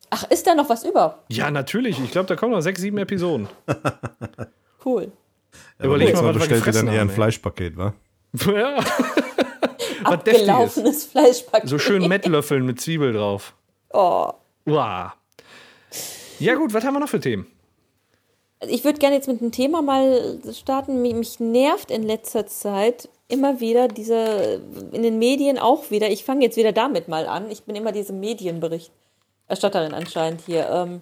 [SPEAKER 1] Ach, ist da noch was über?
[SPEAKER 3] Ja, natürlich. Ich glaube, da kommen noch sechs, sieben Episoden.
[SPEAKER 1] Cool.
[SPEAKER 2] Ja,
[SPEAKER 3] Überleg
[SPEAKER 2] aber
[SPEAKER 3] mal,
[SPEAKER 2] mal
[SPEAKER 3] was wir
[SPEAKER 2] bestellt ihr dann
[SPEAKER 3] gefressen
[SPEAKER 2] eher ein
[SPEAKER 3] haben, ey.
[SPEAKER 2] Fleischpaket, wa?
[SPEAKER 3] Ja. Was deftig ist.
[SPEAKER 1] Gelaufenes Fleischpaket.
[SPEAKER 3] So schön Mettlöffeln mit Zwiebel drauf.
[SPEAKER 1] Oh.
[SPEAKER 3] Uah. Ja, gut, was haben wir noch für Themen?
[SPEAKER 1] Also ich würde gerne jetzt mit einem Thema mal starten. Mich, mich nervt in letzter Zeit immer wieder diese, in den Medien auch wieder, ich fange jetzt wieder damit mal an, ich bin immer diese Medienberichterstatterin anscheinend hier. Ähm,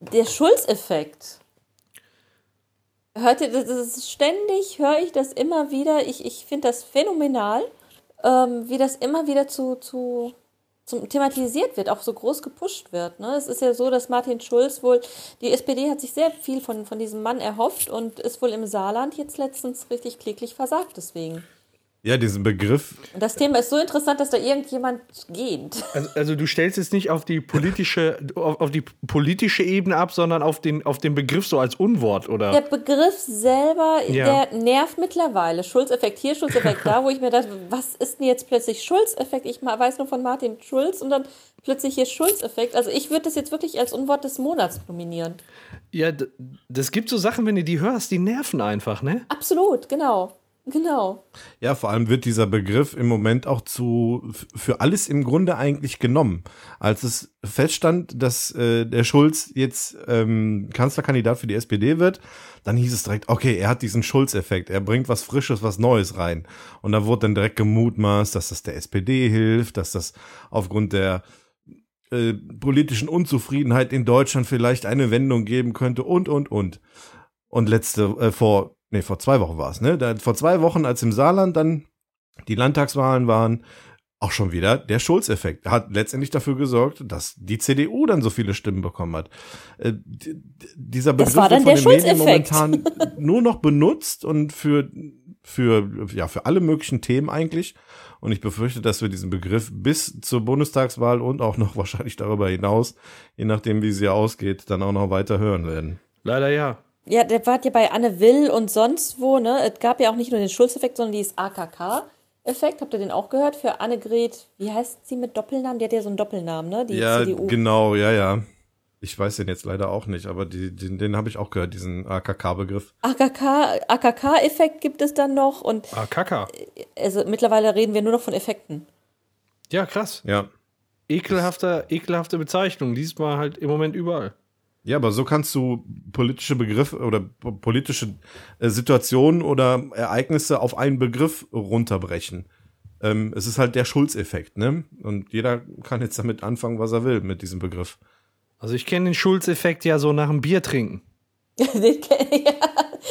[SPEAKER 1] der Schulzeffekt. Hört ihr, das ist ständig, höre ich das immer wieder. Ich, ich finde das phänomenal, ähm, wie das immer wieder zu, zu zum, thematisiert wird, auch so groß gepusht wird. Ne? Es ist ja so, dass Martin Schulz wohl, die SPD hat sich sehr viel von, von diesem Mann erhofft und ist wohl im Saarland jetzt letztens richtig kläglich versagt deswegen.
[SPEAKER 2] Ja, diesen Begriff.
[SPEAKER 1] Und das Thema ist so interessant, dass da irgendjemand geht.
[SPEAKER 3] Also, also du stellst es nicht auf die politische, auf, auf die politische Ebene ab, sondern auf den, auf den Begriff so als Unwort, oder?
[SPEAKER 1] Der Begriff selber,
[SPEAKER 3] Ja.
[SPEAKER 1] der nervt mittlerweile. Schulzeffekt hier, Schulzeffekt da, wo ich mir dachte, was ist denn jetzt plötzlich Schulzeffekt? Ich ma- weiß nur von Martin Schulz und dann plötzlich hier Schulzeffekt. Also ich würde das jetzt wirklich als Unwort des Monats nominieren.
[SPEAKER 3] Ja, d- das gibt so Sachen, wenn du die hörst, die nerven einfach, ne?
[SPEAKER 1] Absolut, genau. Genau.
[SPEAKER 2] Ja, vor allem wird dieser Begriff im Moment auch zu f- für alles im Grunde eigentlich genommen. Als es feststand, dass äh, der Schulz jetzt ähm, Kanzlerkandidat für die SPD wird, dann hieß es direkt, okay, er hat diesen Schulz-Effekt, er bringt was Frisches, was Neues rein. Und da wurde dann direkt gemutmaßt, dass das der SPD hilft, dass das aufgrund der äh, politischen Unzufriedenheit in Deutschland vielleicht eine Wendung geben könnte und und und. Und letzte, äh, vor, nee, vor zwei Wochen war es, ne? Da, vor zwei Wochen, als im Saarland dann die Landtagswahlen waren, auch schon wieder der Schulz-Effekt. Hat letztendlich dafür gesorgt, dass die CDU dann so viele Stimmen bekommen hat. Äh, d- d- dieser Begriff
[SPEAKER 1] Das war dann
[SPEAKER 2] wird
[SPEAKER 1] der
[SPEAKER 2] von den Medien
[SPEAKER 1] Schulz-Effekt.
[SPEAKER 2] momentan nur noch benutzt und für, für, ja, für alle möglichen Themen eigentlich. Und ich befürchte, dass wir diesen Begriff bis zur Bundestagswahl und auch noch wahrscheinlich darüber hinaus, je nachdem, wie sie ausgeht, dann auch noch weiter hören werden.
[SPEAKER 3] Leider ja.
[SPEAKER 1] Ja, der war ja bei Anne Will und sonst wo, ne? Es gab ja auch nicht nur den Schulz-Effekt, sondern dieses AKK-Effekt. Habt ihr den auch gehört? Für Annegret, wie heißt sie mit Doppelnamen? Die hat ja so einen Doppelnamen, ne? Die
[SPEAKER 2] ja,
[SPEAKER 1] CDU.
[SPEAKER 2] genau, ja, ja. Ich weiß den jetzt leider auch nicht, aber die, den, den habe ich auch gehört, diesen AKK-Begriff.
[SPEAKER 1] AKK, AKK-Effekt gibt es dann noch und
[SPEAKER 3] Ah, Kaka.
[SPEAKER 1] also mittlerweile reden wir nur noch von Effekten.
[SPEAKER 3] Ja, krass.
[SPEAKER 2] Ja.
[SPEAKER 3] Ekelhafter, ekelhafte Bezeichnung. Diesmal halt im Moment überall.
[SPEAKER 2] Ja, aber so kannst du politische Begriffe oder po- politische äh, Situationen oder Ereignisse auf einen Begriff runterbrechen. Ähm, es ist halt der Schulz-Effekt, ne? Und jeder kann jetzt damit anfangen, was er will, mit diesem Begriff.
[SPEAKER 3] Also ich kenne den Schulz-Effekt ja so nach dem Bier trinken,
[SPEAKER 1] Den kenn- ja,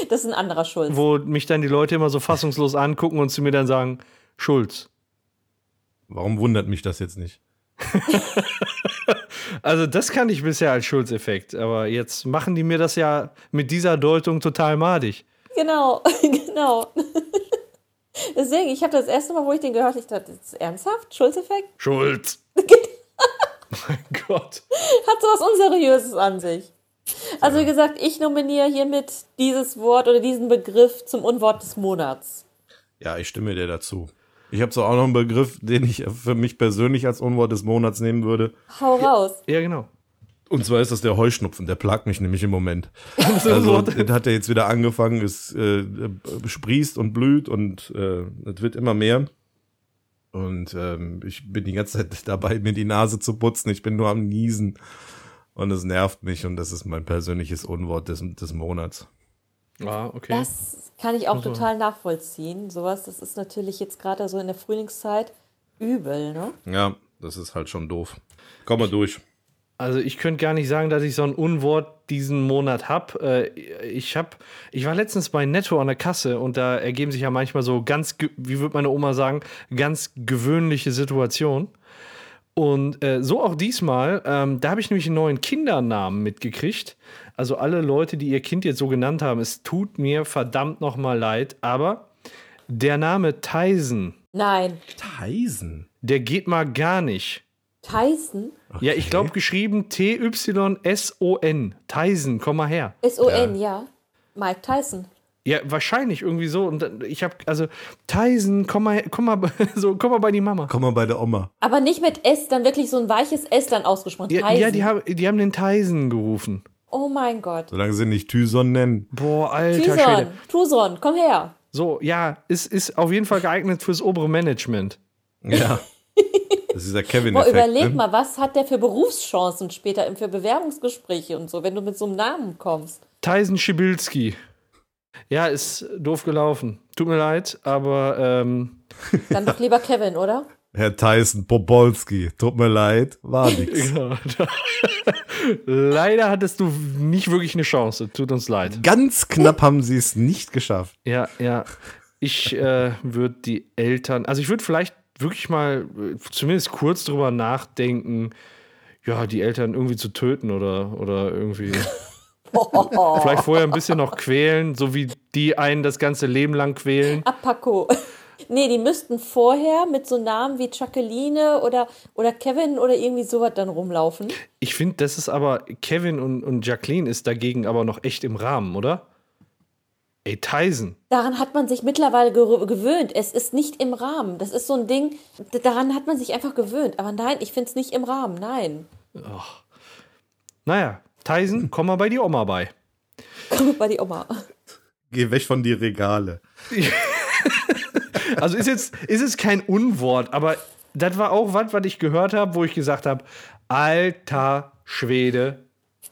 [SPEAKER 1] das ist ein anderer Schulz.
[SPEAKER 3] wo mich dann die Leute immer so fassungslos angucken und zu mir dann sagen, Schulz.
[SPEAKER 2] Warum wundert mich das jetzt nicht?
[SPEAKER 3] Also das kann ich bisher als Schulz-Effekt, aber jetzt machen die mir das ja mit dieser Deutung total madig.
[SPEAKER 1] Genau, genau. Deswegen, ich habe das erste Mal, wo ich den gehört habe, ich dachte, das ist ernsthaft? Schulz-Effekt?
[SPEAKER 3] Schulz. Oh mein Gott.
[SPEAKER 1] Hat sowas Unseriöses an sich. Also wie gesagt, ich nominiere hiermit dieses Wort oder diesen Begriff zum Unwort des Monats.
[SPEAKER 2] Ja, ich stimme dir dazu. Ich habe so auch noch einen Begriff, den ich für mich persönlich als Unwort des Monats nehmen würde.
[SPEAKER 1] Hau raus.
[SPEAKER 3] Ja, genau.
[SPEAKER 2] Und zwar ist das der Heuschnupfen, der plagt mich nämlich im Moment. Also das hat er jetzt wieder angefangen, es äh, sprießt und blüht und äh, es wird immer mehr. Und ähm, ich bin die ganze Zeit dabei, mir die Nase zu putzen. Ich bin nur am Niesen. Und es nervt mich und das ist mein persönliches Unwort des, des Monats.
[SPEAKER 3] Ah, okay.
[SPEAKER 1] Das kann ich
[SPEAKER 3] Also-
[SPEAKER 1] auch total nachvollziehen. Sowas, das ist natürlich jetzt gerade so in der Frühlingszeit übel, ne?
[SPEAKER 2] Ja, das ist halt schon doof. Komm mal durch.
[SPEAKER 3] Also ich könnte gar nicht sagen, dass ich so ein Unwort diesen Monat habe. Äh, ich hab, ich war letztens bei Netto an der Kasse und da ergeben sich ja manchmal so ganz, ge- wie würde meine Oma sagen, ganz gewöhnliche Situationen. Und äh, so auch diesmal, ähm, da habe ich nämlich einen neuen Kindernamen mitgekriegt. Also alle Leute, die ihr Kind jetzt so genannt haben, es tut mir verdammt nochmal leid, aber der Name Tyson,
[SPEAKER 1] Nein.
[SPEAKER 2] Tyson.
[SPEAKER 3] der geht mal gar nicht.
[SPEAKER 1] Tyson?
[SPEAKER 3] Ja, ich glaube geschrieben T-Y-S-O-N. Tyson, komm mal her.
[SPEAKER 1] S-O-N, ja. Mike Tyson.
[SPEAKER 3] Ja, wahrscheinlich irgendwie so. Und dann- ich habe, also, Tyson, komm mal, her, komm mal, so, komm mal bei die Mama.
[SPEAKER 2] Komm mal bei der Oma.
[SPEAKER 1] Aber nicht mit S, dann wirklich so ein weiches S dann ausgesprochen.
[SPEAKER 3] Ja,
[SPEAKER 1] Tyson.
[SPEAKER 3] ja die, haben, die haben den Tyson gerufen.
[SPEAKER 1] oh mein Gott.
[SPEAKER 2] Solange sie nicht Tyson nennen.
[SPEAKER 3] Boah, alter Schwede.
[SPEAKER 1] Tyson, Tuson, komm her.
[SPEAKER 3] So, ja, es ist auf jeden Fall geeignet fürs obere Management.
[SPEAKER 2] Ja. Das ist dieser
[SPEAKER 1] Boah,
[SPEAKER 2] Kevin-Effekt.
[SPEAKER 1] überleg
[SPEAKER 2] ne?
[SPEAKER 1] mal, was hat der für Berufschancen später im- für Bewerbungsgespräche und so, wenn du mit so einem Namen kommst?
[SPEAKER 3] Tyson Schibilski. Ja, ist doof gelaufen. Tut mir leid, aber ähm,
[SPEAKER 1] Dann doch lieber Kevin, oder?
[SPEAKER 2] Herr Tyson Popolski, tut mir leid, war nix.
[SPEAKER 3] ja, leider hattest du nicht wirklich eine Chance. Tut uns leid.
[SPEAKER 2] Ganz knapp haben sie es nicht geschafft.
[SPEAKER 3] Ja, ja. Ich äh, würde die Eltern, also ich würde vielleicht wirklich mal äh, zumindest kurz drüber nachdenken, ja, die Eltern irgendwie zu töten oder, oder irgendwie. Vielleicht vorher ein bisschen noch quälen, so wie die einen das ganze Leben lang quälen.
[SPEAKER 1] Ah, Paco. Nee, die müssten vorher mit so Namen wie Jacqueline oder, oder Kevin oder irgendwie sowas dann rumlaufen.
[SPEAKER 3] Ich finde, das ist aber, Kevin und, und Jacqueline ist dagegen aber noch echt im Rahmen, oder? Ey, Tyson.
[SPEAKER 1] Daran hat man sich mittlerweile ge gewöhnt. Es ist nicht im Rahmen. Das ist so ein Ding, d- daran hat man sich einfach gewöhnt. Aber nein, ich finde es nicht im Rahmen. Nein.
[SPEAKER 3] Naja, Tyson, komm mal bei die Oma bei.
[SPEAKER 1] Komm bei die Oma.
[SPEAKER 2] Geh weg von die Regale.
[SPEAKER 3] Also ist jetzt, ist jetzt kein Unwort, aber das war auch was, was ich gehört habe, wo ich gesagt habe, alter Schwede,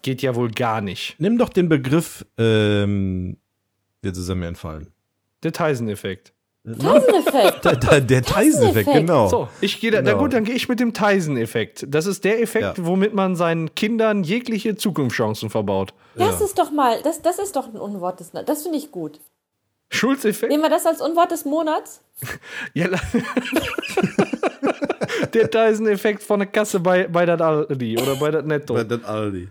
[SPEAKER 3] geht ja wohl gar nicht.
[SPEAKER 2] Nimm doch den Begriff, ähm, jetzt ist er mir entfallen.
[SPEAKER 3] Der Tyson-Effekt.
[SPEAKER 1] Tyson-Effekt.
[SPEAKER 2] Der, der, der Tyson-Effekt, genau.
[SPEAKER 3] So, ich gehe da, na
[SPEAKER 2] Genau.
[SPEAKER 3] gut, dann gehe ich mit dem Tyson-Effekt. Das ist der Effekt,
[SPEAKER 2] Ja.
[SPEAKER 3] womit man seinen Kindern jegliche Zukunftschancen verbaut.
[SPEAKER 1] Das ist doch mal, das, das ist doch ein Unwort des Na- Das finde ich gut.
[SPEAKER 3] Schulz-Effekt?
[SPEAKER 1] Nehmen wir das als Unwort des Monats?
[SPEAKER 3] Ja, la- der Tyson-Effekt von der Kasse bei, bei das Aldi oder bei das Netto.
[SPEAKER 2] Bei den Aldi.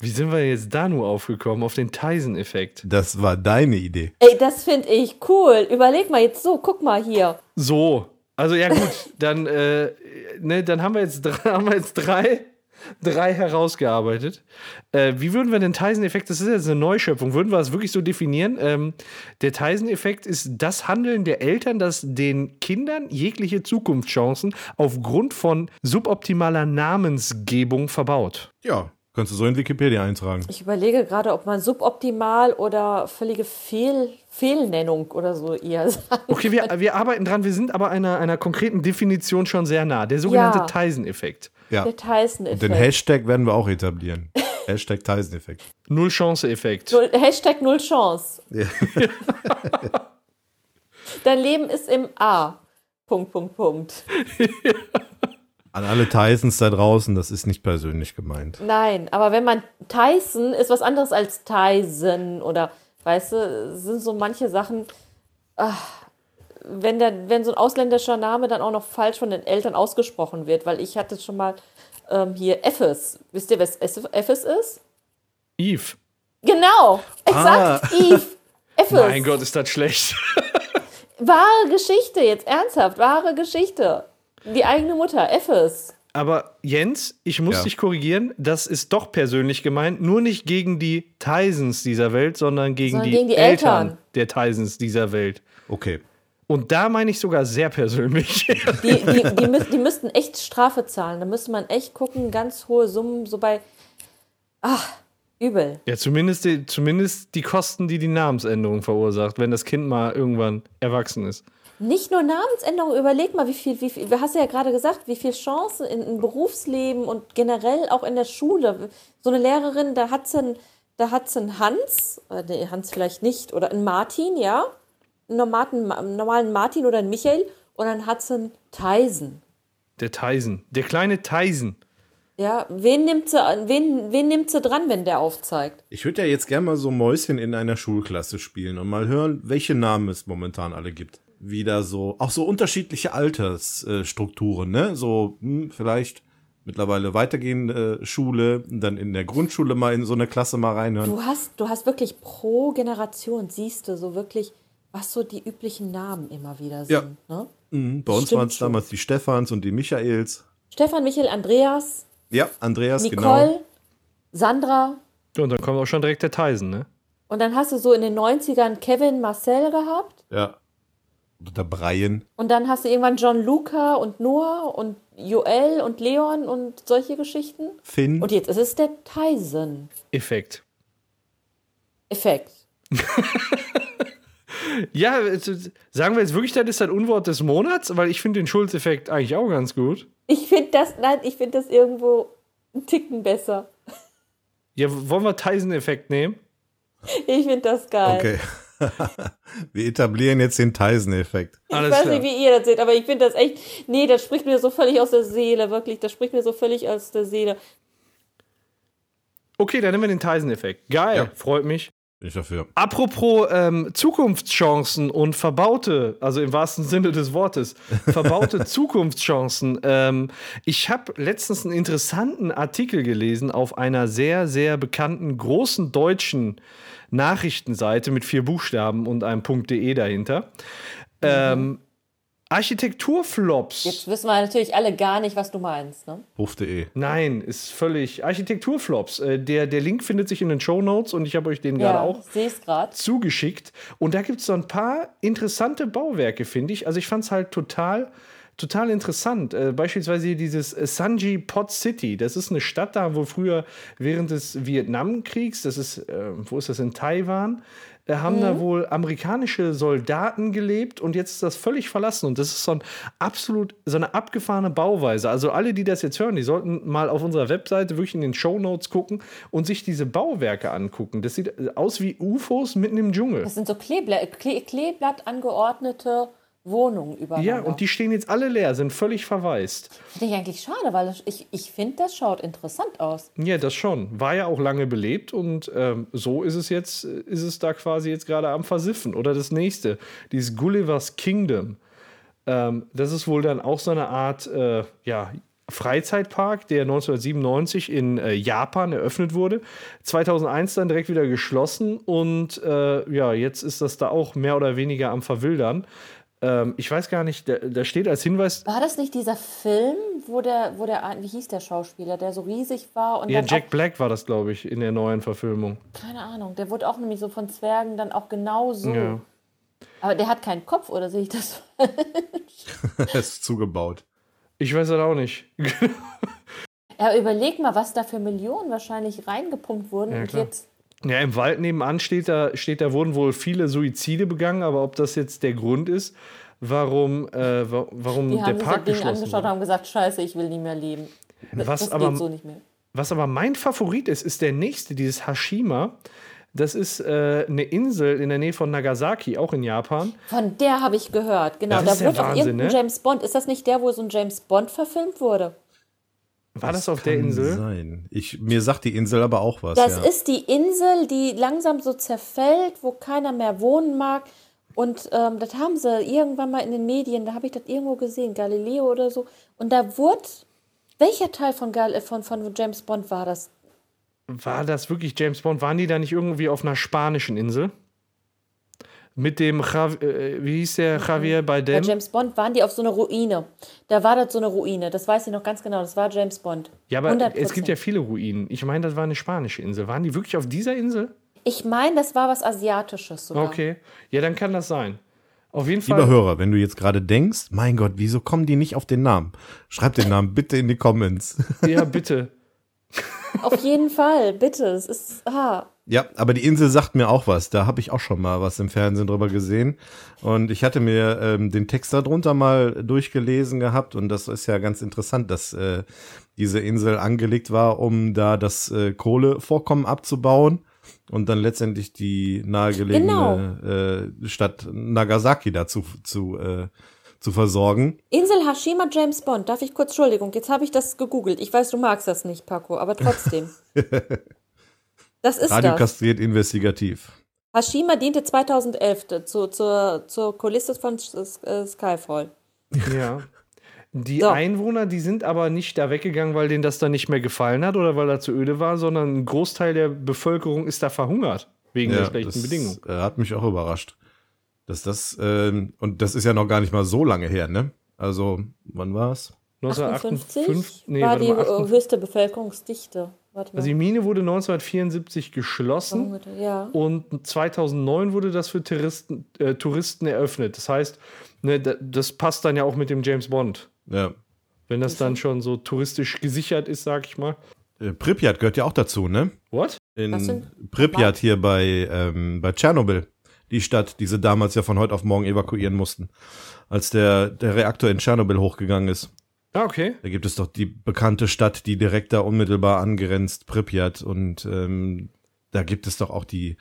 [SPEAKER 3] Wie sind wir jetzt da nur aufgekommen, auf den Tyson-Effekt?
[SPEAKER 2] Das war deine Idee.
[SPEAKER 1] Ey, das finde ich cool. Überleg mal jetzt so, guck mal hier.
[SPEAKER 3] So, also ja gut, dann, äh, ne, dann haben wir jetzt, dr- haben wir jetzt drei, drei herausgearbeitet. Äh, wie würden wir den Tyson-Effekt, das ist jetzt eine Neuschöpfung, würden wir es wirklich so definieren? Ähm, der Tyson-Effekt ist das Handeln der Eltern, das den Kindern jegliche Zukunftschancen aufgrund von suboptimaler Namensgebung verbaut.
[SPEAKER 2] Ja, kannst du so in Wikipedia eintragen.
[SPEAKER 1] Ich überlege gerade, ob man suboptimal oder völlige Fehl Fehlnennung oder so eher sagt.
[SPEAKER 3] Okay, wir, wir arbeiten dran, wir sind aber einer, einer konkreten Definition schon sehr nah. Der sogenannte
[SPEAKER 1] Ja.
[SPEAKER 3] Tyson-Effekt.
[SPEAKER 2] Ja.
[SPEAKER 1] Der Tyson-Effekt.
[SPEAKER 2] Den Hashtag werden wir auch etablieren. Hashtag Tyson-Effekt.
[SPEAKER 3] Null-Chance-Effekt.
[SPEAKER 1] Null, Hashtag Null Chance. Dein Leben ist im A. Punkt, Punkt, Punkt.
[SPEAKER 2] An alle Tysons da draußen, das ist nicht persönlich gemeint.
[SPEAKER 1] Nein, aber wenn man Tyson ist was anderes als Tyson oder weißt du, sind so manche Sachen, ach, wenn, der, wenn so ein ausländischer Name dann auch noch falsch von den Eltern ausgesprochen wird, weil ich hatte schon mal ähm, hier Effes. Wisst ihr, was Effes ist?
[SPEAKER 3] Eve.
[SPEAKER 1] Genau, exakt, Eve. Effes.
[SPEAKER 3] Ah. Mein Gott, ist das schlecht.
[SPEAKER 1] Wahre Geschichte, jetzt ernsthaft, wahre Geschichte. Die eigene Mutter, Effes.
[SPEAKER 3] Aber Jens, ich muss
[SPEAKER 2] Ja.
[SPEAKER 3] dich korrigieren, das ist doch persönlich gemeint, nur nicht gegen die Tysons dieser Welt, sondern gegen,
[SPEAKER 1] Sondern
[SPEAKER 3] die,
[SPEAKER 1] gegen die
[SPEAKER 3] Eltern,
[SPEAKER 1] Eltern.
[SPEAKER 3] der Tysons dieser Welt.
[SPEAKER 2] Okay.
[SPEAKER 3] Und da meine ich sogar sehr persönlich.
[SPEAKER 1] Die, die, die, müß, die müssten echt Strafe zahlen. Da müsste man echt gucken, ganz hohe Summen, so bei. Ach, übel.
[SPEAKER 3] ja, zumindest die, zumindest die Kosten, die die Namensänderung verursacht, wenn das Kind mal irgendwann erwachsen ist.
[SPEAKER 1] Nicht nur Namensänderung, überleg mal, wie viel, wie viel, hast du ja gerade gesagt, wie viel Chancen in- im Berufsleben und generell auch in der Schule. So eine Lehrerin, da hat sie einen, da hat sie einen Hans, äh, nee, Hans vielleicht nicht, oder einen Martin, ja, einen normalen, einen normalen Martin oder einen Michael, und dann hat sie einen Tyson.
[SPEAKER 3] Der Tyson, der kleine Tyson.
[SPEAKER 1] Ja, wen nimmt sie, an- wen, wen nimmt sie dran, wenn der aufzeigt?
[SPEAKER 2] Ich würde ja jetzt gerne mal so Mäuschen in einer Schulklasse spielen und mal hören, welche Namen es momentan alle gibt. Wieder so, auch so unterschiedliche Altersstrukturen, ne? So, hm, vielleicht mittlerweile weitergehende äh, Schule, dann in der Grundschule mal in so eine Klasse mal reinhören.
[SPEAKER 1] Du hast, du hast wirklich pro Generation, siehst du so wirklich, was so die üblichen Namen immer wieder sind. Ne?
[SPEAKER 2] Hm, Bei uns
[SPEAKER 1] stimmt
[SPEAKER 2] waren es
[SPEAKER 1] schon.
[SPEAKER 2] damals die Stefans und die Michaels.
[SPEAKER 1] Stefan, Michael, Andreas,
[SPEAKER 2] Ja, Andreas,
[SPEAKER 1] Nicole,
[SPEAKER 2] genau.
[SPEAKER 1] Sandra.
[SPEAKER 3] Und dann kommt auch schon direkt der Tyson, ne?
[SPEAKER 1] Und dann hast du so in den 90ern Kevin, Marcel gehabt.
[SPEAKER 2] Ja. Oder Brian.
[SPEAKER 1] Und dann hast du irgendwann John Luca und Noah und Joel und Leon und solche Geschichten.
[SPEAKER 2] Finn.
[SPEAKER 1] Und jetzt ist es der Tyson-Effekt.
[SPEAKER 3] Effekt. Ja, es ist- sagen wir jetzt wirklich, das ist das Unwort des Monats, weil ich finde den Schulz-Effekt eigentlich auch ganz gut.
[SPEAKER 1] Ich finde das, nein, ich finde das irgendwo einen Ticken besser.
[SPEAKER 3] Ja, w- wollen wir Tyson-Effekt nehmen?
[SPEAKER 1] Ich finde das geil.
[SPEAKER 2] Okay. Wir etablieren jetzt den Tyson-Effekt.
[SPEAKER 3] Alles
[SPEAKER 1] ich weiß
[SPEAKER 3] klar.
[SPEAKER 1] nicht, wie ihr das seht, aber ich finde das echt. Nee, das spricht mir so völlig aus der Seele, wirklich. Das spricht mir so völlig aus der Seele.
[SPEAKER 3] Okay, dann nehmen wir den Tyson-Effekt. Geil,
[SPEAKER 2] Ja.
[SPEAKER 3] freut mich.
[SPEAKER 2] Bin ich dafür.
[SPEAKER 3] Apropos ähm, Zukunftschancen und verbaute, also im wahrsten Sinne des Wortes, verbaute Zukunftschancen. Ähm, ich habe letztens einen interessanten Artikel gelesen auf einer sehr, sehr bekannten großen deutschen Nachrichtenseite mit vier Buchstaben und einem .de dahinter. Ähm, Architekturflops.
[SPEAKER 1] Mhm. Jetzt wissen wir natürlich alle gar nicht, was du meinst, ne?
[SPEAKER 2] Ruf.de.
[SPEAKER 3] Nein, ist völlig. Architekturflops. Äh, Der, der Link findet sich in den Show Notes und ich habe euch den gerade auch
[SPEAKER 1] Sehe es gerade.
[SPEAKER 3] zugeschickt. Und da gibt es so ein paar interessante Bauwerke, finde ich. Also ich fand es halt total, total interessant. Äh, beispielsweise dieses äh, Sanji Pot City. Das ist eine Stadt da, wo früher während des Vietnamkriegs, das ist, äh, wo ist das, in Taiwan, äh, haben da wohl amerikanische Soldaten gelebt und jetzt ist das völlig verlassen. Und das ist so ein absolut, so eine abgefahrene Bauweise. Also alle, die das jetzt hören, die sollten mal auf unserer Webseite wirklich in den Show Notes gucken und sich diese Bauwerke angucken. Das sieht äh, aus wie UFOs mitten im Dschungel.
[SPEAKER 1] Das sind so Kleeblatt, Kle Kleeblatt angeordnete Wohnungen überall.
[SPEAKER 3] Ja, und die stehen jetzt alle leer, sind völlig verwaist.
[SPEAKER 1] Finde ich eigentlich schade, weil das- ich, ich finde, das schaut interessant aus.
[SPEAKER 3] Ja, das schon. War ja auch lange belebt und ähm, so ist es jetzt, äh, ist es da quasi jetzt gerade am Versiffen. Oder das nächste, dieses Gulliver's Kingdom. Ähm, das ist wohl dann auch so eine Art äh, ja, Freizeitpark, der 1997 in äh, Japan eröffnet wurde. 2001 dann direkt wieder geschlossen und äh, ja, jetzt ist das da auch mehr oder weniger am Verwildern. Ähm, ich weiß gar nicht, da, da steht als Hinweis,
[SPEAKER 1] War das nicht dieser Film, wo der, wo der, wie hieß der Schauspieler, der so riesig war und
[SPEAKER 3] ja,
[SPEAKER 1] dann
[SPEAKER 3] Jack Black war das, glaube ich, in der neuen Verfilmung.
[SPEAKER 1] auch, keine Ahnung, der wurde auch nämlich so von Zwergen dann auch genauso.
[SPEAKER 3] Ja.
[SPEAKER 1] Aber der hat keinen Kopf, oder sehe ich das?
[SPEAKER 2] Es ist zugebaut.
[SPEAKER 3] Ich weiß das auch nicht.
[SPEAKER 1] Ja, überleg mal, was da für Millionen wahrscheinlich reingepumpt wurden und
[SPEAKER 3] klar.
[SPEAKER 1] jetzt
[SPEAKER 3] Ja, im Wald nebenan steht da, steht da, wurden wohl viele Suizide begangen, aber ob das jetzt der Grund ist, warum, äh, wa- warum
[SPEAKER 1] die
[SPEAKER 3] der
[SPEAKER 1] haben sich das
[SPEAKER 3] Park
[SPEAKER 1] Ding
[SPEAKER 3] geschlossen
[SPEAKER 1] angeschaut und
[SPEAKER 3] wurde.
[SPEAKER 1] haben gesagt, scheiße, ich will nicht mehr leben. Das,
[SPEAKER 3] Was
[SPEAKER 1] das
[SPEAKER 3] aber-
[SPEAKER 1] geht so nicht mehr.
[SPEAKER 3] Was aber mein Favorit ist, ist der nächste, dieses Hashima. Das ist äh, eine Insel in der Nähe von Nagasaki, auch in Japan.
[SPEAKER 1] Von der habe ich gehört, genau.
[SPEAKER 3] Das
[SPEAKER 1] da
[SPEAKER 3] ist ja
[SPEAKER 1] wurde auch
[SPEAKER 3] Wahnsinn,
[SPEAKER 1] irgendein
[SPEAKER 3] ne?
[SPEAKER 1] James Bond. Ist das nicht der, wo so ein James Bond verfilmt wurde?
[SPEAKER 3] War das, auf der
[SPEAKER 2] Kann
[SPEAKER 3] Insel?
[SPEAKER 2] Sein. Ich, mir sagt die Insel aber auch was.
[SPEAKER 1] Das
[SPEAKER 2] ja.
[SPEAKER 1] ist die Insel, die langsam so zerfällt, wo keiner mehr wohnen mag. Und ähm, das haben sie irgendwann mal in den Medien, da habe ich das irgendwo gesehen, Galileo oder so. Und da wurde, welcher Teil von, Gal äh, von, von James Bond war das?
[SPEAKER 3] War das wirklich James Bond? Waren die da nicht irgendwie auf einer spanischen Insel? Mit dem, Jav äh, wie hieß der, Javier
[SPEAKER 1] Bei
[SPEAKER 3] Bardem?
[SPEAKER 1] Mhm. James Bond waren die auf so einer Ruine. Da war das so eine Ruine, das weiß ich noch ganz genau, das war James Bond.
[SPEAKER 3] Ja, aber
[SPEAKER 1] 100%.
[SPEAKER 3] es gibt ja viele Ruinen. Ich meine, das war eine spanische Insel. Waren die wirklich auf dieser Insel?
[SPEAKER 1] Ich meine, das war was Asiatisches sogar.
[SPEAKER 3] Okay. Ja, dann kann das sein. Auf jeden
[SPEAKER 2] Lieber
[SPEAKER 3] Fall.
[SPEAKER 2] Hörer, wenn du jetzt gerade denkst, mein Gott, wieso kommen die nicht auf den Namen? Schreib den Namen bitte in die Comments.
[SPEAKER 3] Ja, bitte.
[SPEAKER 1] Auf jeden Fall, bitte. Es ist. Ah,
[SPEAKER 2] Ja, aber die Insel sagt mir auch was. Da habe ich auch schon mal was im Fernsehen drüber gesehen. Und ich hatte mir ähm, den Text darunter mal durchgelesen gehabt. Und das ist ja ganz interessant, dass äh, diese Insel angelegt war, um da das äh, Kohlevorkommen abzubauen und dann letztendlich die
[SPEAKER 1] Genau.
[SPEAKER 2] nahegelegene äh, Stadt Nagasaki dazu zu, äh, zu versorgen.
[SPEAKER 1] Insel Hashima James Bond. Darf ich kurz, Entschuldigung, jetzt habe ich das gegoogelt. Ich weiß, du magst das nicht, Paco, aber trotzdem. das ist
[SPEAKER 2] Radio
[SPEAKER 1] das.
[SPEAKER 2] kastriert investigativ.
[SPEAKER 1] Hashima diente 2011 zu, zur, zur Kulisse von S- äh, Skyfall.
[SPEAKER 3] Ja. Die
[SPEAKER 1] So.
[SPEAKER 3] Einwohner, die sind aber nicht da weggegangen, weil denen das dann nicht mehr gefallen hat oder weil da zu öde war, sondern ein Großteil der Bevölkerung ist da verhungert wegen der schlechten
[SPEAKER 2] das,
[SPEAKER 3] Bedingungen.
[SPEAKER 2] Äh, hat mich auch überrascht. Dass das, ähm, und das ist ja noch gar nicht mal so lange her, ne? Also, wann war's?
[SPEAKER 1] 58
[SPEAKER 3] 1958? Nee,
[SPEAKER 1] war
[SPEAKER 3] warte
[SPEAKER 1] die
[SPEAKER 3] mal.
[SPEAKER 1] äh,
[SPEAKER 3] 58.
[SPEAKER 1] höchste Bevölkerungsdichte. Warte mal.
[SPEAKER 3] Also die Mine wurde 1974 geschlossen.
[SPEAKER 1] ja.
[SPEAKER 3] Und 2009 wurde das für Touristen, äh, Touristen eröffnet. Das heißt, ne, da- das passt dann ja auch mit dem James Bond.
[SPEAKER 2] Ja.
[SPEAKER 3] Wenn das dann schon so touristisch gesichert ist, sag ich mal.
[SPEAKER 2] Äh, Pripyat gehört ja auch dazu, ne?
[SPEAKER 3] What?
[SPEAKER 1] Was
[SPEAKER 2] In
[SPEAKER 1] denn?
[SPEAKER 2] Pripyat hier bei, ähm, bei Tschernobyl. Die Stadt, die sie damals ja von heute auf morgen evakuieren mussten. Als der, der Reaktor in Tschernobyl hochgegangen ist.
[SPEAKER 3] Ah, okay.
[SPEAKER 2] Da gibt es doch die bekannte Stadt, die direkt da unmittelbar angrenzt, Pripyat. Und ähm, da gibt es doch auch die,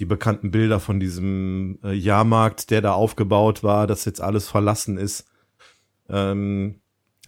[SPEAKER 2] die bekannten Bilder von diesem äh, Jahrmarkt, der da aufgebaut war, das jetzt alles verlassen ist. Ähm,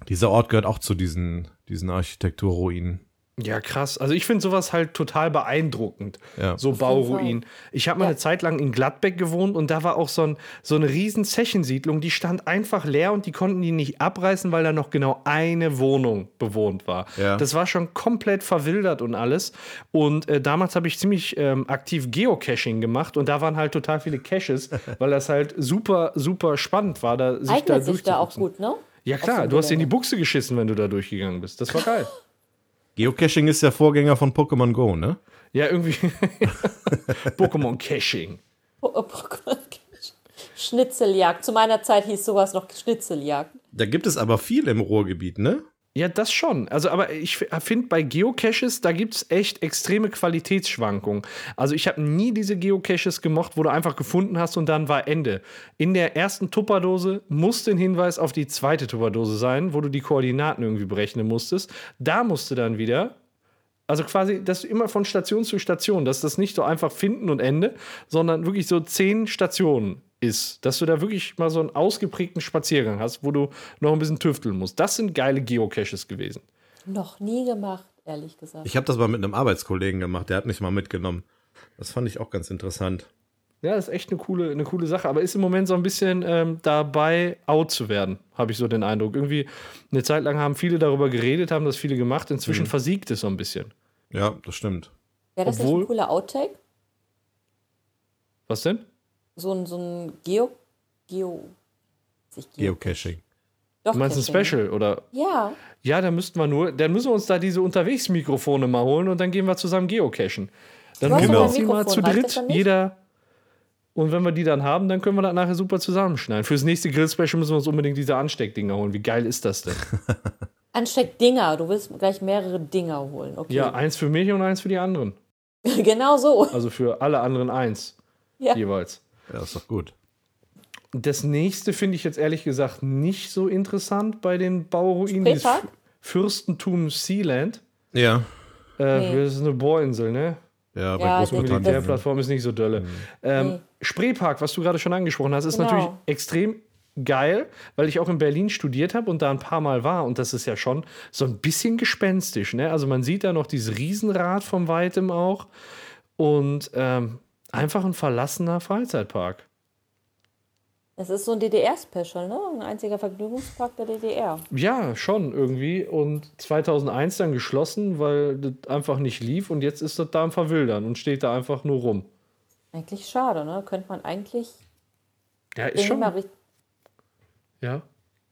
[SPEAKER 2] dieser Ort gehört auch zu diesen, diesen Architekturruinen.
[SPEAKER 3] Ja, krass. Also ich finde sowas halt total beeindruckend.
[SPEAKER 2] Ja.
[SPEAKER 3] So Bauruinen. Ich habe mal
[SPEAKER 1] Ja.
[SPEAKER 3] eine Zeit lang in Gladbeck gewohnt und da war auch so, ein, so eine riesen Zechensiedlung, die stand einfach leer und die konnten die nicht abreißen, weil da noch genau eine Wohnung bewohnt war.
[SPEAKER 2] Ja.
[SPEAKER 3] Das war schon komplett verwildert und alles. Und äh, damals habe ich ziemlich ähm, aktiv Geocaching gemacht und da waren halt total viele Caches, weil das halt super, super spannend war, da sich da
[SPEAKER 1] Eignet sich da auch
[SPEAKER 3] durchzufuchsen.
[SPEAKER 1] gut, ne?
[SPEAKER 3] Ja
[SPEAKER 1] Auf
[SPEAKER 3] klar,
[SPEAKER 1] so
[SPEAKER 3] du hast dir in die
[SPEAKER 1] Gelände.
[SPEAKER 3] Buchse geschissen, wenn du da durchgegangen bist. Das war geil.
[SPEAKER 2] Geocaching ist der Vorgänger von Pokémon Go, ne?
[SPEAKER 3] Ja, irgendwie. Pokémon Caching.
[SPEAKER 1] Oh, oh, Pokémon Cash. Schnitzeljagd. Zu meiner Zeit hieß sowas noch Schnitzeljagd.
[SPEAKER 2] Da gibt es aber viel im Ruhrgebiet, ne?
[SPEAKER 3] Ja, das schon. Also, aber ich finde bei Geocaches, da gibt es echt extreme Qualitätsschwankungen. Also, ich habe nie diese Geocaches gemocht, wo du einfach gefunden hast und dann war Ende. In der ersten Tupperdose musste ein Hinweis auf die zweite Tupperdose sein, wo du die Koordinaten irgendwie berechnen musstest. Da musste dann wieder. Also quasi, dass du immer von Station zu Station, dass das nicht so einfach finden und Ende, sondern wirklich so zehn Stationen ist, dass du da wirklich mal so einen ausgeprägten Spaziergang hast, wo du noch ein bisschen tüfteln musst. Das sind geile Geocaches gewesen.
[SPEAKER 1] Noch nie gemacht, ehrlich gesagt.
[SPEAKER 2] Ich habe das mal mit einem Arbeitskollegen gemacht, der hat mich mal mitgenommen. Das fand ich auch ganz interessant.
[SPEAKER 3] Ja, das ist echt eine coole, eine coole Sache, aber ist im Moment so ein bisschen ähm, dabei, out zu werden, habe ich so den Eindruck. Irgendwie eine Zeit lang haben viele darüber geredet, haben das viele gemacht, inzwischen versiegt es so ein bisschen.
[SPEAKER 2] Ja, das stimmt.
[SPEAKER 1] Wäre das nicht
[SPEAKER 3] obwohl-
[SPEAKER 1] ein cooler Outtake?
[SPEAKER 3] Was denn?
[SPEAKER 1] So ein, so ein Geo. Geo. Sich Geo.
[SPEAKER 2] Geocaching.
[SPEAKER 1] Doch,
[SPEAKER 3] Du meinst ein
[SPEAKER 1] Caching.
[SPEAKER 3] Special oder
[SPEAKER 1] Ja.
[SPEAKER 3] Ja, dann müssten wir nur, dann müssen wir uns da diese Unterwegsmikrofone mal holen und dann gehen wir zusammen geocachen. Dann
[SPEAKER 1] Du hast
[SPEAKER 3] holen wir
[SPEAKER 2] doch
[SPEAKER 3] uns
[SPEAKER 1] ein
[SPEAKER 3] die mal zu
[SPEAKER 1] Mikrofon, reicht das
[SPEAKER 3] dritt,
[SPEAKER 1] dann nicht?
[SPEAKER 3] jeder. Und wenn wir die dann haben, dann können wir das nachher super zusammenschneiden. Fürs nächste Grill-Special müssen wir uns unbedingt diese Ansteckdinger holen. Wie geil ist das denn?
[SPEAKER 1] Ansteck Dinger. Du willst gleich mehrere Dinger holen. Okay.
[SPEAKER 3] Ja, eins für mich und eins für die anderen.
[SPEAKER 1] genau so.
[SPEAKER 3] Also für alle anderen eins
[SPEAKER 1] Ja.
[SPEAKER 3] jeweils.
[SPEAKER 2] Ja, ist doch gut.
[SPEAKER 3] Das nächste finde ich jetzt ehrlich gesagt nicht so interessant bei den Bauruinen. Dieses
[SPEAKER 1] Spreepark?
[SPEAKER 3] Fürstentum Sealand.
[SPEAKER 2] Ja.
[SPEAKER 3] Äh,
[SPEAKER 1] Nee.
[SPEAKER 3] Das ist eine Bohrinsel, ne?
[SPEAKER 2] Ja, bei
[SPEAKER 1] Ja,
[SPEAKER 2] Großbritannien.
[SPEAKER 1] definitiv.
[SPEAKER 3] Militärplattform ist nicht so dolle. Ähm,
[SPEAKER 1] Nee.
[SPEAKER 3] Spreepark, was du gerade schon angesprochen hast, ist
[SPEAKER 1] Mhm. Genau.
[SPEAKER 3] natürlich extrem geil, weil ich auch in Berlin studiert habe und da ein paar Mal war und das ist ja schon so ein bisschen gespenstisch. Ne? Also man sieht da noch dieses Riesenrad von weitem auch und ähm, einfach ein verlassener Freizeitpark.
[SPEAKER 1] Das ist so ein DDR-Special, ne? Ein einziger Vergnügungspark der DDR.
[SPEAKER 3] Ja, schon irgendwie und 2001 dann geschlossen, weil das einfach nicht lief und jetzt ist das da am Verwildern und steht da einfach nur rum.
[SPEAKER 1] Eigentlich schade, ne? Könnte man eigentlich
[SPEAKER 3] Ja, ist
[SPEAKER 1] irgendwie
[SPEAKER 3] schon.
[SPEAKER 1] mal richtig.
[SPEAKER 3] Ja.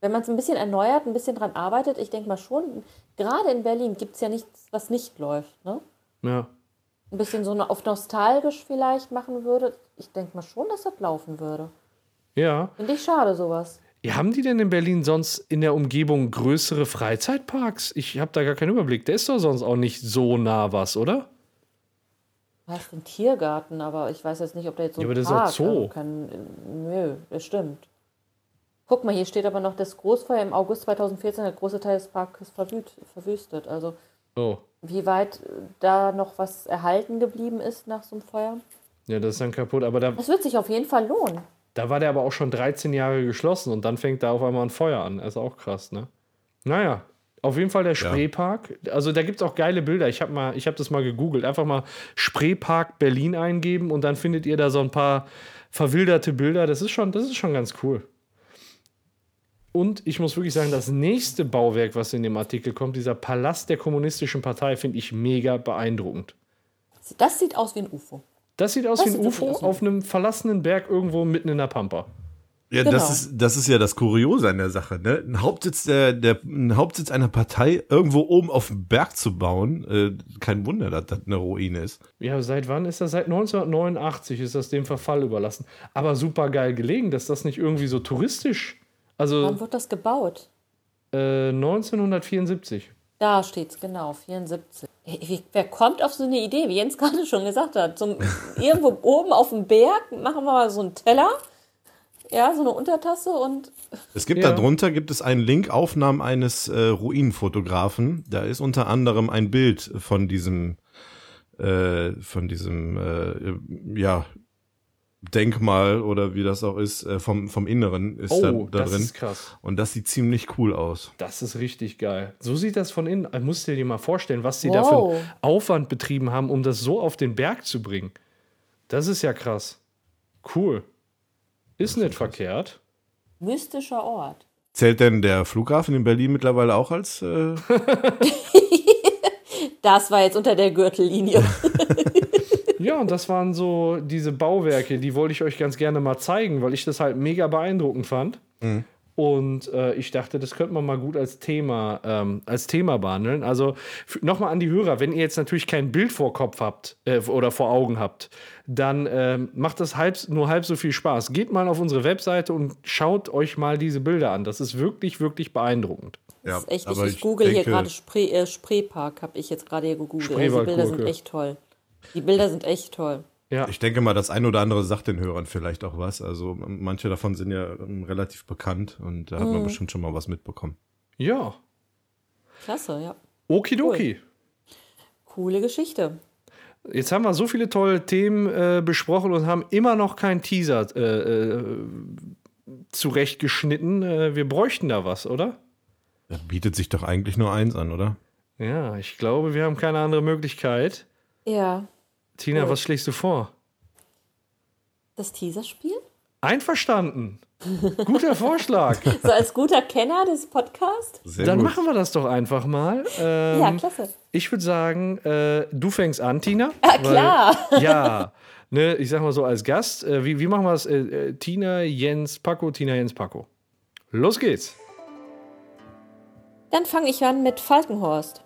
[SPEAKER 1] Wenn man es ein bisschen erneuert, ein bisschen dran arbeitet, ich denke mal schon, gerade in Berlin gibt es ja nichts, was nicht läuft. Ne?
[SPEAKER 3] Ja.
[SPEAKER 1] Ein bisschen so eine- auf nostalgisch vielleicht machen würde, ich denke mal schon, dass das laufen würde.
[SPEAKER 3] Ja.
[SPEAKER 1] Finde ich schade, sowas.
[SPEAKER 3] Ja, haben die denn in Berlin sonst in der Umgebung größere Freizeitparks? Ich habe da gar keinen Überblick. Der ist doch sonst auch nicht so nah was, oder?
[SPEAKER 1] Heißt ein Tiergarten, aber ich weiß jetzt nicht, ob der jetzt so
[SPEAKER 3] Ja,
[SPEAKER 1] ein
[SPEAKER 3] aber das ist
[SPEAKER 1] Park,
[SPEAKER 3] auch Zoo.
[SPEAKER 1] äh, Kann, nö, das stimmt. Guck mal, hier steht aber noch, das Großfeuer im August 2014 hat große Teil des Parks verwüt, verwüstet. Also
[SPEAKER 3] Oh.
[SPEAKER 1] wie weit äh, da noch was erhalten geblieben ist nach so einem Feuer.
[SPEAKER 3] Ja, das ist dann kaputt. Aber da,
[SPEAKER 1] Das wird sich auf jeden Fall lohnen.
[SPEAKER 3] da war der aber auch schon 13 Jahre geschlossen und dann fängt da auf einmal ein Feuer an. Das ist auch krass, ne? Naja, auf jeden Fall der Spreepark. Also da gibt es auch geile Bilder. Ich habe hab das mal gegoogelt. Einfach mal Spreepark Berlin eingeben und dann findet ihr da so ein paar verwilderte Bilder. Das ist schon, das ist schon ganz cool. Und ich muss wirklich sagen, das nächste Bauwerk, was in dem Artikel kommt, dieser Palast der Kommunistischen Partei, finde ich mega beeindruckend.
[SPEAKER 1] Das sieht aus wie ein UFO.
[SPEAKER 3] Das sieht aus
[SPEAKER 1] Das
[SPEAKER 3] wie ein
[SPEAKER 1] sieht wirklich
[SPEAKER 3] UFO
[SPEAKER 1] aus ne? wie ein
[SPEAKER 3] auf einem verlassenen Berg irgendwo mitten in der Pampa.
[SPEAKER 2] Ja, das,
[SPEAKER 1] Genau.
[SPEAKER 2] ist, das ist ja das Kuriose an der Sache. Ne? Ein, Hauptsitz der, der, ein Hauptsitz einer Partei irgendwo oben auf dem Berg zu bauen, äh, kein Wunder, dass das eine Ruine ist.
[SPEAKER 3] Ja, seit wann ist das? Seit 1989 ist das dem Verfall überlassen. Aber super geil gelegen, dass das nicht irgendwie so touristisch.
[SPEAKER 1] Wann
[SPEAKER 3] Also
[SPEAKER 1] wird das gebaut?
[SPEAKER 3] äh, 1974.
[SPEAKER 1] Da steht's, genau, 74. Ey, wie- Wer kommt auf so eine Idee, wie Jens gerade schon gesagt hat? Zum, irgendwo oben auf dem Berg machen wir mal so einen Teller, ja, so eine Untertasse und
[SPEAKER 2] Es gibt
[SPEAKER 3] Ja.
[SPEAKER 2] darunter gibt es einen Link Aufnahmen eines äh, Ruinenfotografen. Da ist unter anderem ein Bild von diesem äh, von diesem äh, ja Denkmal oder wie das auch ist, äh, vom, vom Inneren ist da,
[SPEAKER 3] Oh,
[SPEAKER 2] da
[SPEAKER 3] das
[SPEAKER 2] drin.
[SPEAKER 3] ist krass.
[SPEAKER 2] Und das sieht ziemlich cool aus.
[SPEAKER 3] Das ist richtig geil. So sieht das von innen. Ich muss dir dir mal vorstellen, was sie da für
[SPEAKER 1] Wow.
[SPEAKER 3] einen Aufwand betrieben haben, um das so auf den Berg zu bringen. Das ist ja krass. Cool. Ist nicht verkehrt.
[SPEAKER 1] Mystischer Ort.
[SPEAKER 2] Zählt denn der Flughafen in Berlin mittlerweile auch als äh,
[SPEAKER 1] Das war jetzt unter der Gürtellinie.
[SPEAKER 3] Ja, und das waren so diese Bauwerke, die wollte ich euch ganz gerne mal zeigen, weil ich das halt mega beeindruckend fand. Und äh, ich dachte, das könnte man mal gut als Thema, ähm, als Thema behandeln. Also nochmal an die Hörer, wenn ihr jetzt natürlich kein Bild vor Kopf habt äh, oder vor Augen habt, dann ähm, macht das halb, nur halb so viel Spaß. Geht mal auf unsere Webseite und schaut euch mal diese Bilder an. Das ist wirklich, wirklich beeindruckend.
[SPEAKER 2] ja,
[SPEAKER 1] Das ist echt
[SPEAKER 2] aber
[SPEAKER 1] wichtig. Ich
[SPEAKER 2] ich
[SPEAKER 1] google hier
[SPEAKER 2] denke,
[SPEAKER 1] gerade Spree, äh, Spreepark, habe ich jetzt gerade hier gegoogelt. Also die
[SPEAKER 3] Spreewaldgurke.
[SPEAKER 1] Bilder sind echt toll. Die Bilder sind echt toll.
[SPEAKER 3] Ja.
[SPEAKER 2] Ich denke mal, das ein oder andere sagt den Hörern vielleicht auch was. Also manche davon sind ja ähm, relativ bekannt und da hat
[SPEAKER 1] Mhm.
[SPEAKER 2] man bestimmt schon mal was mitbekommen.
[SPEAKER 3] Ja.
[SPEAKER 1] Klasse, ja.
[SPEAKER 3] Okidoki.
[SPEAKER 1] Coole Geschichte.
[SPEAKER 3] Jetzt haben wir so viele tolle Themen äh, besprochen und haben immer noch keinen Teaser äh, äh, zurechtgeschnitten. Äh, wir bräuchten da was, oder?
[SPEAKER 2] Da bietet sich doch eigentlich nur eins an, oder?
[SPEAKER 3] Ja, ich glaube, wir haben keine andere Möglichkeit.
[SPEAKER 1] Ja,
[SPEAKER 3] Tina,
[SPEAKER 1] Cool.
[SPEAKER 3] was schlägst du vor?
[SPEAKER 1] das Teaserspiel?
[SPEAKER 3] Einverstanden. Guter Vorschlag.
[SPEAKER 1] So als guter Kenner des Podcasts?
[SPEAKER 2] Sehr
[SPEAKER 3] Dann
[SPEAKER 2] gut.
[SPEAKER 3] machen wir das doch einfach mal. Ähm,
[SPEAKER 1] Ja, klasse.
[SPEAKER 3] Ich würde sagen, äh, du fängst an, Tina.
[SPEAKER 1] Ah, klar.
[SPEAKER 3] Ja. Ne, ich sag mal so als Gast. Äh, wie, wie machen wir es? Äh, äh, Tina, Jens, Paco, Tina, Jens, Paco. Los geht's.
[SPEAKER 1] Dann fange ich an mit Falkenhorst.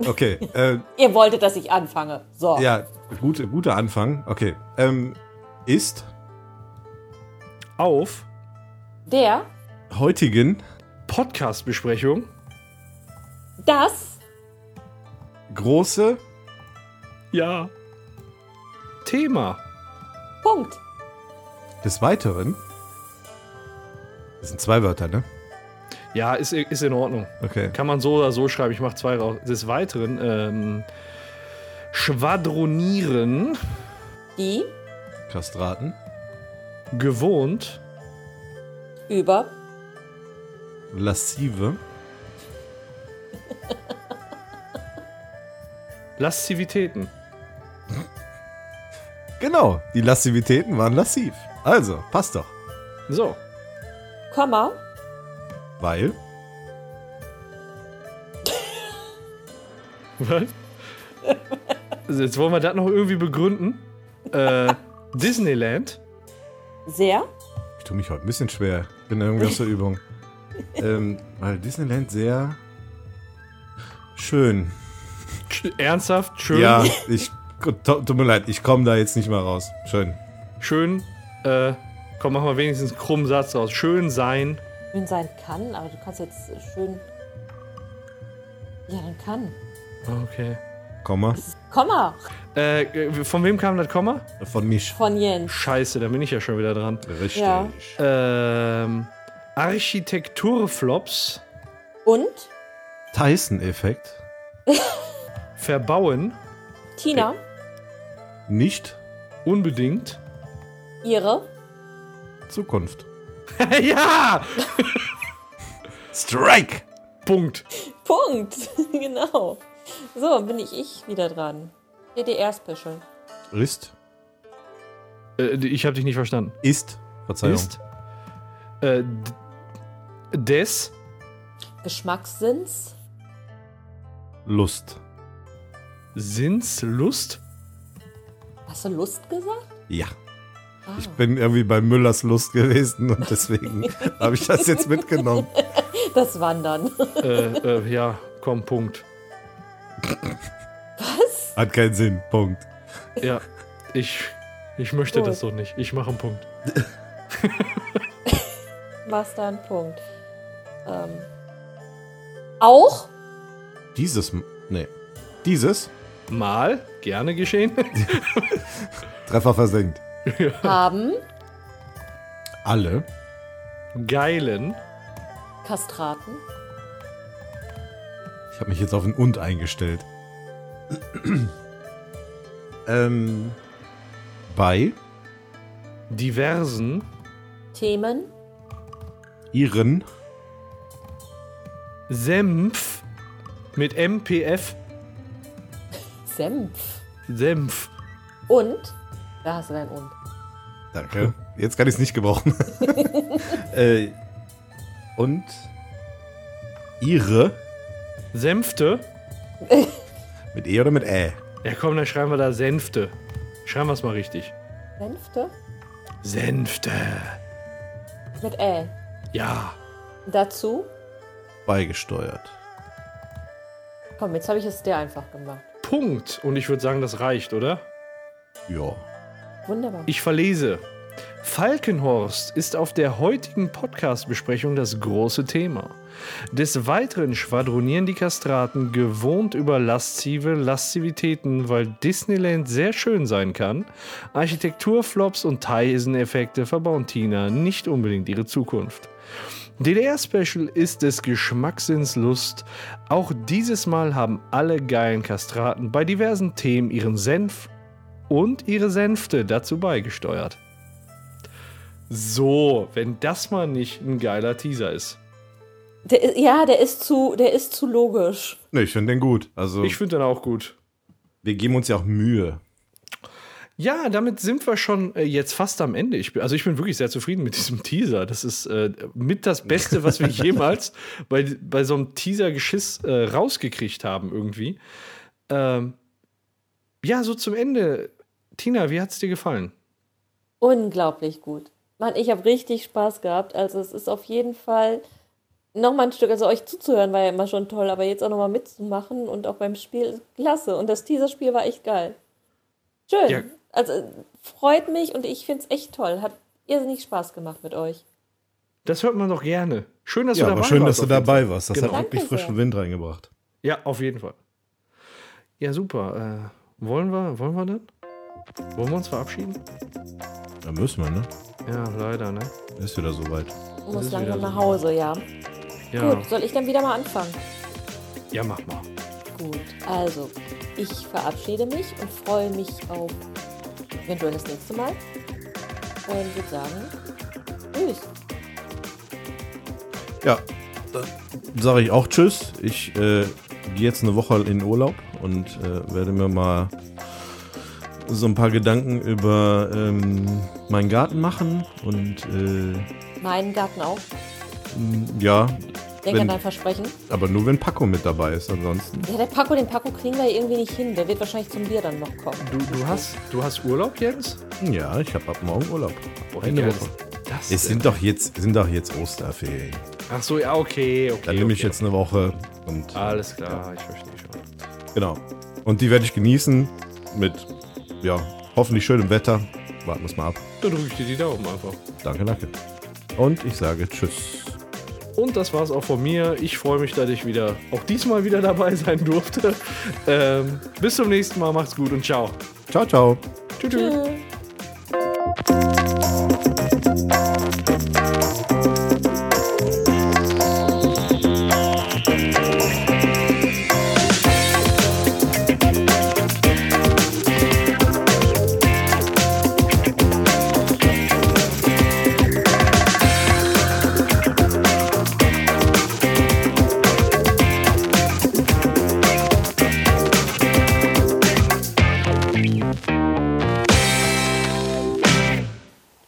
[SPEAKER 2] Okay, äh,
[SPEAKER 1] Ihr wolltet, dass ich anfange. So.
[SPEAKER 2] ja, gut, guter Anfang. Okay, ähm, ist
[SPEAKER 3] Auf
[SPEAKER 1] Der,
[SPEAKER 2] heutigen
[SPEAKER 3] Podcast-Besprechung.
[SPEAKER 1] das,
[SPEAKER 2] große
[SPEAKER 3] Ja. Thema.
[SPEAKER 1] Punkt.
[SPEAKER 2] des Weiteren. Das sind zwei Wörter, ne?
[SPEAKER 3] Ja, ist, ist in Ordnung.
[SPEAKER 2] Okay.
[SPEAKER 3] Kann man so oder so schreiben. Ich mache zwei raus. Des Weiteren, ähm, schwadronieren,
[SPEAKER 1] Die,
[SPEAKER 2] Kastraten.
[SPEAKER 3] gewohnt,
[SPEAKER 1] über,
[SPEAKER 2] Lassive.
[SPEAKER 3] Laszivitäten.
[SPEAKER 2] Genau, die Lassivitäten waren lassiv. Also, passt doch.
[SPEAKER 3] So.
[SPEAKER 1] Komma,
[SPEAKER 2] Weil
[SPEAKER 3] Was? Also Jetzt wollen wir das noch irgendwie begründen. Äh, Disneyland.
[SPEAKER 1] sehr,
[SPEAKER 2] Ich tue mich heute ein bisschen schwer. Bin irgendwie aus der Übung. ähm, weil Disneyland sehr schön.
[SPEAKER 3] Sch ernsthaft, schön.
[SPEAKER 2] Ja, ich. Gott, tu- Tut mir leid, ich komme da jetzt nicht mal raus. Schön.
[SPEAKER 3] Schön. Äh, komm, mach mal wenigstens einen krummen Satz raus. Schön sein.
[SPEAKER 1] schön sein kann, aber du kannst jetzt schön. Ja, dann kann.
[SPEAKER 3] Okay.
[SPEAKER 2] Komma.
[SPEAKER 1] Komma
[SPEAKER 3] Äh, von wem kam das Komma?
[SPEAKER 2] Von mich.
[SPEAKER 1] von Jens.
[SPEAKER 3] Scheiße, da bin ich ja schon wieder dran.
[SPEAKER 2] Richtig. Äh,
[SPEAKER 1] Ja.
[SPEAKER 3] Ähm, Architekturflops
[SPEAKER 1] Und
[SPEAKER 2] Tyson-Effekt.
[SPEAKER 3] verbauen
[SPEAKER 1] Tina,
[SPEAKER 2] Nicht
[SPEAKER 3] unbedingt.
[SPEAKER 1] ihre.
[SPEAKER 2] Zukunft.
[SPEAKER 3] ja!
[SPEAKER 2] Strike!
[SPEAKER 3] Punkt.
[SPEAKER 1] Punkt. genau. So, bin ich ich wieder dran. DDR-Special.
[SPEAKER 2] Ist.
[SPEAKER 3] Äh, ich habe dich nicht verstanden.
[SPEAKER 2] Ist. Verzeihung.
[SPEAKER 3] Ist äh, d- des
[SPEAKER 1] Geschmackssinns.
[SPEAKER 2] Lust.
[SPEAKER 3] Sinns Lust
[SPEAKER 1] Hast du Lust gesagt?
[SPEAKER 2] Ja. Ich bin irgendwie bei Müllers Lust gewesen und deswegen habe ich das jetzt mitgenommen.
[SPEAKER 1] Das Wandern.
[SPEAKER 3] äh, äh, ja, komm, Punkt.
[SPEAKER 2] Hat keinen Sinn. Punkt.
[SPEAKER 3] Ja, ich, ich möchte
[SPEAKER 1] Cool.
[SPEAKER 3] das so nicht. Ich mache einen Punkt.
[SPEAKER 1] Was dann? Punkt. Ähm, auch
[SPEAKER 2] Dieses. M- Nee. Dieses.
[SPEAKER 3] Mal, gerne geschehen.
[SPEAKER 2] Treffer versenkt.
[SPEAKER 1] haben
[SPEAKER 2] Alle.
[SPEAKER 3] Geilen
[SPEAKER 1] Kastraten.
[SPEAKER 2] Ich habe mich jetzt auf ein Und eingestellt. Ähm, bei
[SPEAKER 3] Diversen
[SPEAKER 1] Themen.
[SPEAKER 2] ihren
[SPEAKER 3] Senf mit MPF
[SPEAKER 1] Senf.
[SPEAKER 3] Senf.
[SPEAKER 1] Und? Da hast du dein Und.
[SPEAKER 2] Danke. Jetzt kann ich es nicht gebrauchen. äh, und ihre
[SPEAKER 3] Senfte?
[SPEAKER 2] mit E oder mit Ä?
[SPEAKER 3] Ja komm, dann schreiben wir da Senfte. Schreiben wir es mal richtig.
[SPEAKER 1] Senfte?
[SPEAKER 3] Senfte.
[SPEAKER 1] Mit Ä.
[SPEAKER 3] Ja.
[SPEAKER 1] Dazu?
[SPEAKER 2] Beigesteuert.
[SPEAKER 1] Komm, jetzt habe ich es dir einfach gemacht.
[SPEAKER 3] Punkt. Und ich würde sagen, das reicht, oder?
[SPEAKER 2] Ja.
[SPEAKER 1] Wunderbar.
[SPEAKER 3] Ich verlese. Falkenhorst ist auf der heutigen Podcast-Besprechung das große Thema. Des Weiteren schwadronieren die Kastraten gewohnt über laszive Laszivitäten, weil Disneyland sehr schön sein kann. Architekturflops und Tyson-Effekte verbauen Tina nicht unbedingt ihre Zukunft. DDR-Special ist des Geschmackssinns Lust. Auch dieses Mal haben alle geilen Kastraten bei diversen Themen ihren Senf und ihre Sänfte dazu beigesteuert. So, wenn das mal nicht ein geiler Teaser ist.
[SPEAKER 1] Der, ist- ja, der ist zu, der ist zu logisch.
[SPEAKER 2] Ne, ich finde den gut. Also,
[SPEAKER 3] Ich finde den auch gut.
[SPEAKER 2] wir geben uns ja auch Mühe.
[SPEAKER 3] Ja, damit sind wir schon äh, jetzt fast am Ende. Ich bin, also ich bin wirklich sehr zufrieden mit diesem Teaser. Das ist äh, mit das Beste, was wir jemals bei, bei so einem Teaser-Geschiss äh, rausgekriegt haben irgendwie. Ähm, ja, so zum Ende. Tina, wie hat es dir gefallen?
[SPEAKER 1] Unglaublich gut. Mann, ich habe richtig Spaß gehabt. Also es ist auf jeden Fall nochmal ein Stück, also euch zuzuhören war ja immer schon toll, aber jetzt auch nochmal mitzumachen und auch beim Spiel, klasse. Und das Teaserspiel war echt geil. Schön.
[SPEAKER 3] Ja.
[SPEAKER 1] Also äh, freut mich und ich finde es echt toll. Hat irrsinnig Spaß gemacht mit euch.
[SPEAKER 3] Das hört man doch gerne. Schön, dass
[SPEAKER 2] Ja,
[SPEAKER 3] du
[SPEAKER 2] aber
[SPEAKER 3] dabei
[SPEAKER 2] schön, dass
[SPEAKER 3] warst.
[SPEAKER 2] du
[SPEAKER 3] auf jeden
[SPEAKER 2] dabei warst. Das
[SPEAKER 3] Genau.
[SPEAKER 2] hat wirklich
[SPEAKER 1] Danke sehr.
[SPEAKER 2] frischen Wind reingebracht.
[SPEAKER 3] Ja, auf jeden Fall. Ja, super. Äh, wollen wir, wollen wir dann? Wollen wir uns verabschieden?
[SPEAKER 2] Da müssen wir, ne?
[SPEAKER 3] Ja, leider, ne?
[SPEAKER 2] Ist wieder soweit.
[SPEAKER 1] Muss
[SPEAKER 3] ist
[SPEAKER 1] langsam
[SPEAKER 3] wieder
[SPEAKER 1] nach Hause, ja.
[SPEAKER 3] Ja,
[SPEAKER 1] Gut, soll ich dann wieder mal anfangen?
[SPEAKER 3] ja, mach mal.
[SPEAKER 1] Gut, also ich verabschiede mich und freue mich auf eventuell das nächste Mal. Und würde sagen, tschüss.
[SPEAKER 2] Ja, dann sage ich auch Tschüss. Ich äh, gehe jetzt eine Woche in Urlaub und äh, werde mir mal so ein paar Gedanken über ähm, meinen Garten machen. Und äh,
[SPEAKER 1] Meinen Garten auch.
[SPEAKER 2] ja,
[SPEAKER 1] Denk an
[SPEAKER 2] wenn,
[SPEAKER 1] dein Versprechen.
[SPEAKER 2] aber nur wenn Paco mit dabei ist. Ansonsten.
[SPEAKER 1] Ja, der Paco, den Paco kriegen wir irgendwie nicht hin. Der wird wahrscheinlich zum Bier dann noch kommen.
[SPEAKER 3] Du, du, hast, du hast Urlaub, Jens?
[SPEAKER 2] Ja, ich habe ab morgen Urlaub.
[SPEAKER 3] Boah, wie
[SPEAKER 2] Eine
[SPEAKER 3] geil
[SPEAKER 2] Woche.
[SPEAKER 3] ist Das
[SPEAKER 2] Es
[SPEAKER 3] denn?
[SPEAKER 2] sind doch jetzt, sind doch jetzt Osterferien.
[SPEAKER 3] Ach so, ja, okay, okay.
[SPEAKER 2] Dann nehme ich
[SPEAKER 3] okay.
[SPEAKER 2] jetzt eine Woche und
[SPEAKER 3] Alles klar, ich verstehe schon.
[SPEAKER 2] genau. Und die werde ich genießen mit ja, hoffentlich schönem Wetter. Warten wir es mal ab.
[SPEAKER 3] Dann drücke ich dir die Daumen einfach.
[SPEAKER 2] Danke, danke. Und ich sage Tschüss.
[SPEAKER 3] Und das war's auch von mir. Ich freue mich, dass ich wieder, auch diesmal wieder dabei sein durfte. Ähm, bis zum nächsten Mal, macht's gut und ciao.
[SPEAKER 2] Ciao, ciao.
[SPEAKER 3] Tschüss. tschüss.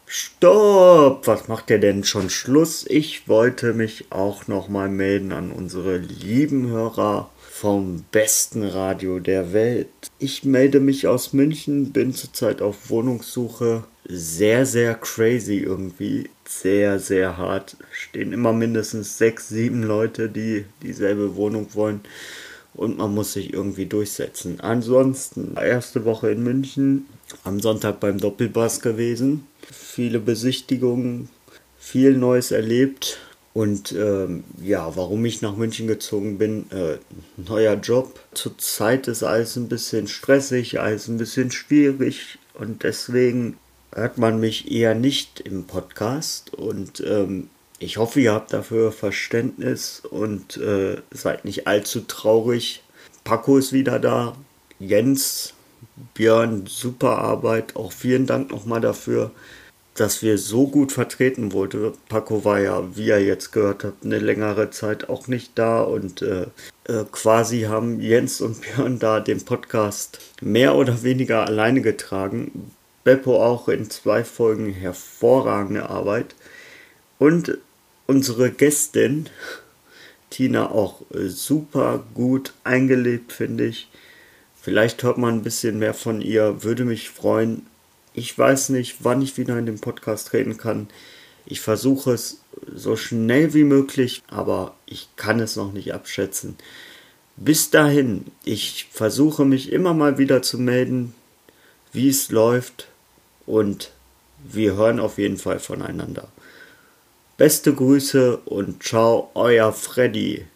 [SPEAKER 4] Stopp! Was macht ihr denn schon Schluss? Ich wollte mich auch nochmal melden an unsere lieben Hörer vom besten Radio der Welt. Ich melde mich aus München, bin zurzeit auf Wohnungssuche. Sehr, sehr crazy irgendwie. Sehr, sehr hart. Stehen immer mindestens sechs, sieben Leute, die dieselbe Wohnung wollen und man muss sich irgendwie durchsetzen. Ansonsten, erste Woche in München, am Sonntag beim Doppelbass gewesen, viele Besichtigungen, viel Neues erlebt und ähm, ja, warum ich nach München gezogen bin, äh, neuer Job. Zurzeit ist alles ein bisschen stressig, alles ein bisschen schwierig und deswegen hört man mich eher nicht im Podcast und ähm, ich hoffe, ihr habt dafür Verständnis und äh, seid nicht allzu traurig. Paco ist wieder da, Jens Björn, super Arbeit. Auch vielen Dank nochmal dafür, dass wir so gut vertreten wurden. Paco war ja, wie ihr jetzt gehört habt, eine längere Zeit auch nicht da und äh, äh, quasi haben Jens und Björn da den Podcast mehr oder weniger alleine getragen. Beppo auch in zwei Folgen hervorragende Arbeit. Und unsere Gästin, Tina, auch äh, super gut eingelebt, finde ich. Vielleicht hört man ein bisschen mehr von ihr, würde mich freuen. Ich weiß nicht, wann ich wieder in den Podcast treten kann. Ich versuche es so schnell wie möglich, aber ich kann es noch nicht abschätzen. Bis dahin, ich versuche mich immer mal wieder zu melden, wie es läuft und wir hören auf jeden Fall voneinander. Beste Grüße und ciao, euer Freddy.